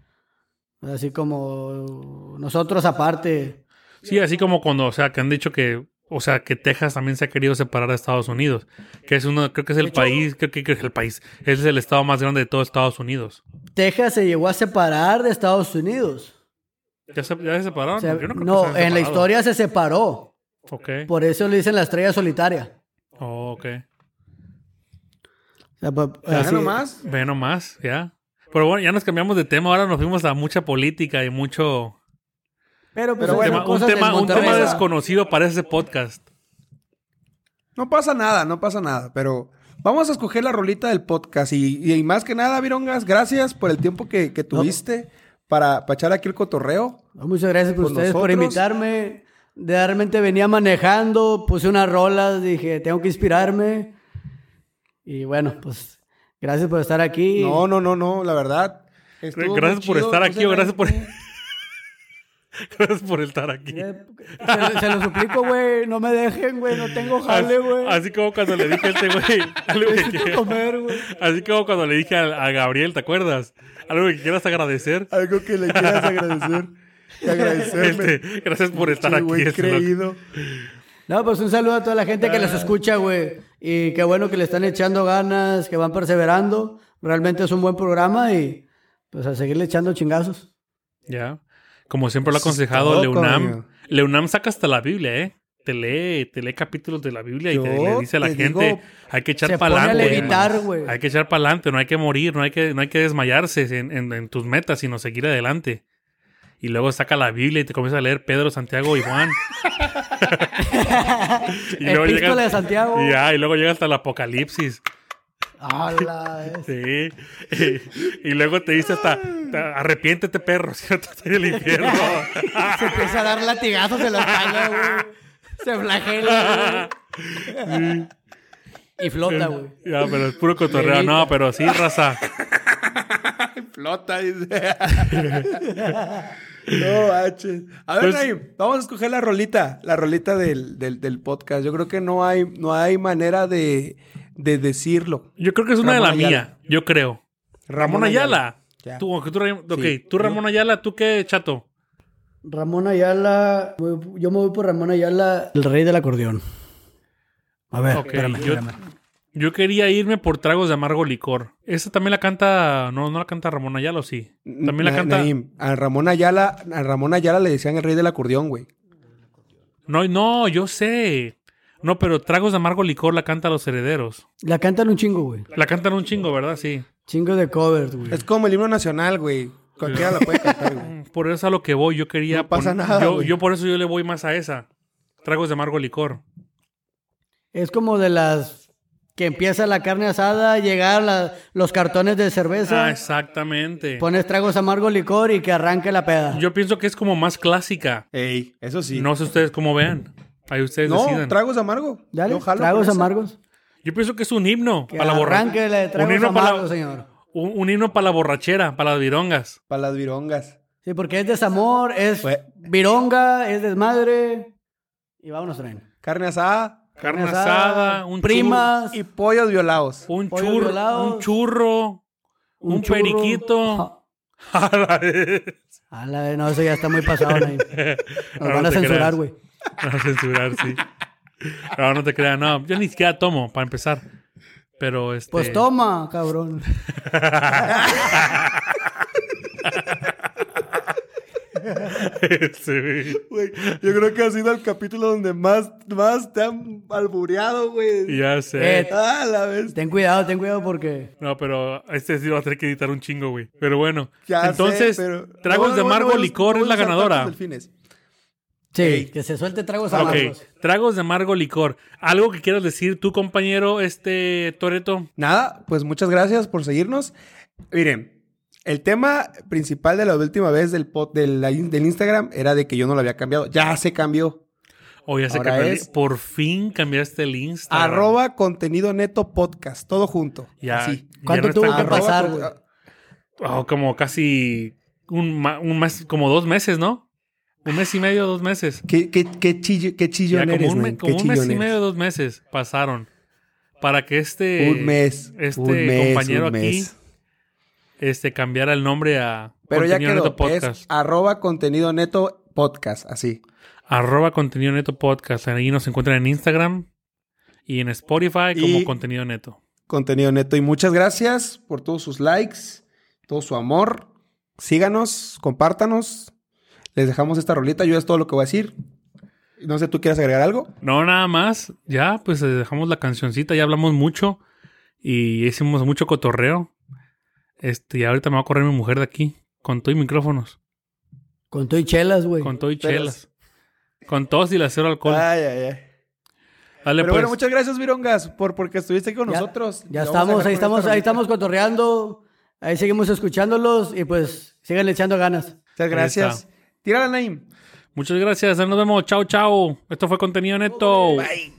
Speaker 5: Así como nosotros aparte.
Speaker 3: Sí, así como cuando, o sea, que han dicho que, o sea, que Texas también se ha querido separar de Estados Unidos, que es uno, creo que es el país, creo que, que es el país, es el estado más grande de todo Estados Unidos.
Speaker 5: Texas se llegó a separar de Estados Unidos.
Speaker 3: ¿Ya se, ya se separaron?
Speaker 5: O sea,
Speaker 3: Yo
Speaker 5: no,
Speaker 3: creo que se hayan
Speaker 5: en la
Speaker 3: separado.
Speaker 5: historia se separó.
Speaker 3: Ok.
Speaker 5: Por eso le dicen la estrella solitaria.
Speaker 3: Oh, ok.
Speaker 5: O sea, pues,
Speaker 4: Ya
Speaker 5: así-
Speaker 4: nomás.
Speaker 3: Ve nomás, ya. Pero bueno, ya nos cambiamos de tema. Ahora nos fuimos a mucha política y mucho.
Speaker 5: Pero, pues,
Speaker 4: Pero
Speaker 5: son
Speaker 4: bueno,
Speaker 3: tema- un,
Speaker 5: cosas del
Speaker 3: tema, un tema
Speaker 5: Monterrey.
Speaker 3: desconocido para ese podcast.
Speaker 4: No pasa nada, no pasa nada, pero vamos a escoger la rolita del podcast. Y, y más que nada, Virongas, gracias por el tiempo que, que tuviste para, para echar aquí el cotorreo.
Speaker 5: No, Muchas gracias por
Speaker 4: Con
Speaker 5: ustedes por
Speaker 4: nosotros.
Speaker 5: invitarme. De realmente venía manejando, puse unas rolas, dije, tengo que inspirarme. Y bueno, pues gracias por estar aquí.
Speaker 4: No, no, no, no, la verdad. estuvo muy
Speaker 3: Gracias por
Speaker 4: chido,
Speaker 3: estar
Speaker 4: no
Speaker 3: aquí
Speaker 4: sé,
Speaker 3: o gracias por. gracias por estar aquí.
Speaker 5: Eh, Se, se lo suplico, güey, no me dejen, güey, no tengo jale, güey.
Speaker 3: así, así como cuando le dije a este güey. algo que
Speaker 5: Necesito
Speaker 3: quiero-
Speaker 5: comer, güey.
Speaker 3: Así como cuando le dije a, a Gabriel, ¿te acuerdas? Algo que quieras agradecer.
Speaker 4: Algo que le quieras agradecer. Y agradecerme.
Speaker 3: Este, gracias por estar
Speaker 4: Soy
Speaker 3: aquí.
Speaker 4: buen
Speaker 3: este loco.
Speaker 4: creído.
Speaker 5: No, pues un saludo a toda la gente que los
Speaker 3: Ah.
Speaker 5: escucha, güey. Y qué bueno que le están echando ganas, que van perseverando. Realmente es un buen programa y pues a seguirle echando chingazos.
Speaker 3: Ya. Como siempre lo ha
Speaker 4: Eso es
Speaker 3: aconsejado
Speaker 4: todo,
Speaker 3: Leunam.
Speaker 4: coño.
Speaker 3: Leunam saca hasta la Biblia, ¿eh? Te lee, te lee capítulos de la Biblia y te,
Speaker 4: Yo
Speaker 3: le dice a la
Speaker 4: te
Speaker 3: gente,
Speaker 4: digo,
Speaker 3: hay que
Speaker 5: se
Speaker 3: echar
Speaker 5: pone
Speaker 3: para
Speaker 5: a
Speaker 3: adelante.
Speaker 5: levitar, güey.
Speaker 3: Hay que echar para adelante, no hay que morir, no hay que, no hay que desmayarse en, en- en tus metas, sino seguir adelante. Y luego saca la Biblia y te comienza a leer Pedro, Santiago y Juan.
Speaker 5: Epístola de Santiago.
Speaker 3: Y, ya, y luego llega hasta el Apocalipsis.
Speaker 5: Hola, eh.
Speaker 3: Sí. Y, y luego te dice hasta, arrepiéntete, perro, ¿cierto? Estoy en el infierno.
Speaker 5: Se empieza a dar latigazos en la espalda, güey. Se flagela, güey. Y flota, güey.
Speaker 3: Ya, pero es puro cotorreo. No, pero sí, raza.
Speaker 4: Flota, dice. no, baches. A ver,
Speaker 3: Pues-
Speaker 4: Naim, vamos a escoger la rolita, la rolita del, del- del podcast. Yo creo que no hay, no hay manera de, de decirlo.
Speaker 3: Yo creo que es una de la
Speaker 4: Ramón Ayala.
Speaker 3: mía, yo creo. Ramón,
Speaker 4: Ramón
Speaker 3: Ayala.
Speaker 4: Ya.
Speaker 3: Tú, ok, tú, Ram- ok,
Speaker 4: Sí.
Speaker 3: tú Ramón Ayala, ¿tú qué, chato?
Speaker 5: Ramón Ayala. Yo me voy por Ramón Ayala. El rey del acordeón. A ver,
Speaker 3: Ok,
Speaker 5: espérame,
Speaker 3: yo,
Speaker 5: espérame.
Speaker 3: yo quería irme por tragos de amargo licor. Esa también la canta, no, no la canta Ramón Ayala, ¿o sí? También la
Speaker 4: Na-
Speaker 3: canta...
Speaker 4: Naim, a Ramón Ayala, a Ramón Ayala le decían el rey del acordeón, güey.
Speaker 3: No, no, yo sé. No, pero tragos de amargo licor la canta Los Herederos.
Speaker 5: La cantan un chingo, güey.
Speaker 3: La cantan un chingo, ¿verdad? Sí.
Speaker 5: Chingo de covers, güey.
Speaker 4: Es como el himno nacional, güey. Cualquiera la puede cantar, güey.
Speaker 3: Por eso a lo que voy, yo quería...
Speaker 4: No pasa
Speaker 3: pon-
Speaker 4: nada,
Speaker 3: Yo,
Speaker 4: güey.
Speaker 3: yo por eso yo le voy más a esa. Tragos de amargo licor.
Speaker 5: Es como de las que empieza la carne asada, llegar la- los cartones de cerveza,
Speaker 3: Ah, exactamente.
Speaker 5: pones tragos amargo licor y que arranque la peda.
Speaker 3: Yo pienso que es como más clásica.
Speaker 4: Ey, eso sí. No,
Speaker 3: No sé ustedes cómo vean. Ahí ustedes decidan.
Speaker 4: tragos de amargo.
Speaker 5: Dale,
Speaker 4: Yo jalo
Speaker 5: tragos
Speaker 4: por esa.
Speaker 5: amargos.
Speaker 3: Yo pienso que es un himno
Speaker 5: Que
Speaker 3: para la
Speaker 5: arranque la
Speaker 3: borrachera.
Speaker 5: de
Speaker 3: Un,
Speaker 5: tragos
Speaker 3: himno para la-
Speaker 5: amargos, señor.
Speaker 3: un- un himno para la borrachera, para las virongas.
Speaker 4: Para las virongas.
Speaker 5: Sí, porque es desamor, es
Speaker 4: Fue-
Speaker 5: vironga, es desmadre. Y vámonos, tren.
Speaker 4: Carne asada
Speaker 3: Carne
Speaker 5: Carne asada,
Speaker 3: asada, un
Speaker 5: primas,
Speaker 4: y pollos violados.
Speaker 3: churro, un
Speaker 5: pollos
Speaker 3: churro,
Speaker 5: violados,
Speaker 3: un churro, un,
Speaker 5: churro.
Speaker 3: periquito. A la vez.
Speaker 5: A Ah, la vez, no, eso ya está muy pasado, Naim. Nos
Speaker 3: No, no
Speaker 5: van a
Speaker 3: te
Speaker 5: censurar,
Speaker 3: creas.
Speaker 5: güey.
Speaker 3: Van a censurar, sí. No, no te creas, no. Yo ni siquiera tomo, para empezar. Pero este.
Speaker 5: Pues toma, cabrón.
Speaker 3: sí.
Speaker 4: Güey, yo creo que ha sido el capítulo donde más, más te han albureado, güey.
Speaker 3: Ya sé.
Speaker 5: Eh,
Speaker 4: Ah, la vez.
Speaker 5: Ten cuidado, ten cuidado porque...
Speaker 3: No, pero este sí va a tener que editar un chingo, güey. Pero bueno.
Speaker 4: Ya sé,
Speaker 3: entonces,
Speaker 4: pero-
Speaker 3: Tragos
Speaker 4: No,
Speaker 3: de
Speaker 4: no,
Speaker 3: Amargo
Speaker 4: no, no,
Speaker 3: Licor
Speaker 4: no
Speaker 3: es la
Speaker 4: usar tantos
Speaker 3: ganadora.
Speaker 4: delfines.
Speaker 5: Sí,
Speaker 4: Ey.
Speaker 5: que se suelte tragos
Speaker 3: Ok,
Speaker 5: amargos.
Speaker 3: Tragos de Amargo Licor. ¿Algo que quieras decir tú, compañero, este Toreto?
Speaker 4: Nada, pues muchas gracias por seguirnos. Miren, el tema principal de la última vez del, pod- del, del Instagram era de que yo no lo había cambiado. Ya se cambió.
Speaker 3: O Oh, ya sé que
Speaker 4: Ahora
Speaker 3: perdí.
Speaker 4: es-
Speaker 3: por fin cambiaste el Instagram.
Speaker 4: Arroba contenido neto podcast, todo junto.
Speaker 3: Ya.
Speaker 4: Así.
Speaker 3: ya
Speaker 5: ¿Cuánto
Speaker 3: no
Speaker 5: tuvo
Speaker 3: está-
Speaker 5: que
Speaker 4: Arroba
Speaker 5: pasar,
Speaker 4: con- ah,
Speaker 5: güey?
Speaker 3: Oh, como casi un, ma- un mes, como dos meses, ¿no? Un mes y medio, dos meses.
Speaker 4: Qué, qué, qué, chillo, qué
Speaker 3: Ya
Speaker 4: chillón
Speaker 3: como
Speaker 4: eres,
Speaker 3: un, me-
Speaker 4: men,
Speaker 3: como
Speaker 4: qué
Speaker 3: un mes
Speaker 4: chillón
Speaker 3: y
Speaker 4: eres.
Speaker 3: medio, dos meses pasaron para que este,
Speaker 4: Un mes,
Speaker 3: este
Speaker 4: un mes,
Speaker 3: compañero
Speaker 4: un
Speaker 3: aquí
Speaker 4: mes.
Speaker 3: este, cambiara el nombre a
Speaker 4: Pero ya
Speaker 3: Contenido
Speaker 4: quedó. pues.
Speaker 3: Neto Podcast.
Speaker 4: Es arroba contenido neto podcast, así.
Speaker 3: Arroba Contenido Neto Podcast. Ahí nos encuentran en Instagram y en Spotify como
Speaker 4: Y-
Speaker 3: Contenido Neto.
Speaker 4: Contenido neto. Y muchas gracias por todos sus likes, todo su amor. Síganos, compártanos. Les dejamos esta rolita. Yo es todo lo que voy a decir. No sé, ¿tú quieres agregar algo?
Speaker 3: No, nada más. Ya, pues eh, dejamos la cancioncita, ya hablamos mucho. Y hicimos mucho cotorreo. Este, y ahorita me va a correr mi mujer de aquí. Con todo y micrófonos.
Speaker 5: Con todo y chelas, güey.
Speaker 3: Con todo y
Speaker 4: Pero-
Speaker 3: chelas. Con tos y la cero alcohol.
Speaker 4: Ay, ay, ay.
Speaker 3: Dale,
Speaker 4: Pero
Speaker 3: pues.
Speaker 4: bueno, muchas gracias, Virongas, por porque estuviste aquí con
Speaker 5: Ya-
Speaker 4: nosotros.
Speaker 5: Ya
Speaker 4: Lo vamos a
Speaker 5: estamos,
Speaker 4: dejar
Speaker 5: ahí
Speaker 4: con
Speaker 5: estamos,
Speaker 4: esta
Speaker 5: ahí
Speaker 4: rolita.
Speaker 5: estamos cotorreando. Ahí seguimos escuchándolos y pues síganle echando ganas.
Speaker 4: Muchas gracias.
Speaker 3: está.
Speaker 4: Tírala, Naim.
Speaker 3: Muchas gracias. Nos vemos. Chao, chao. Esto fue contenido neto.
Speaker 4: Bye.
Speaker 1: Mm,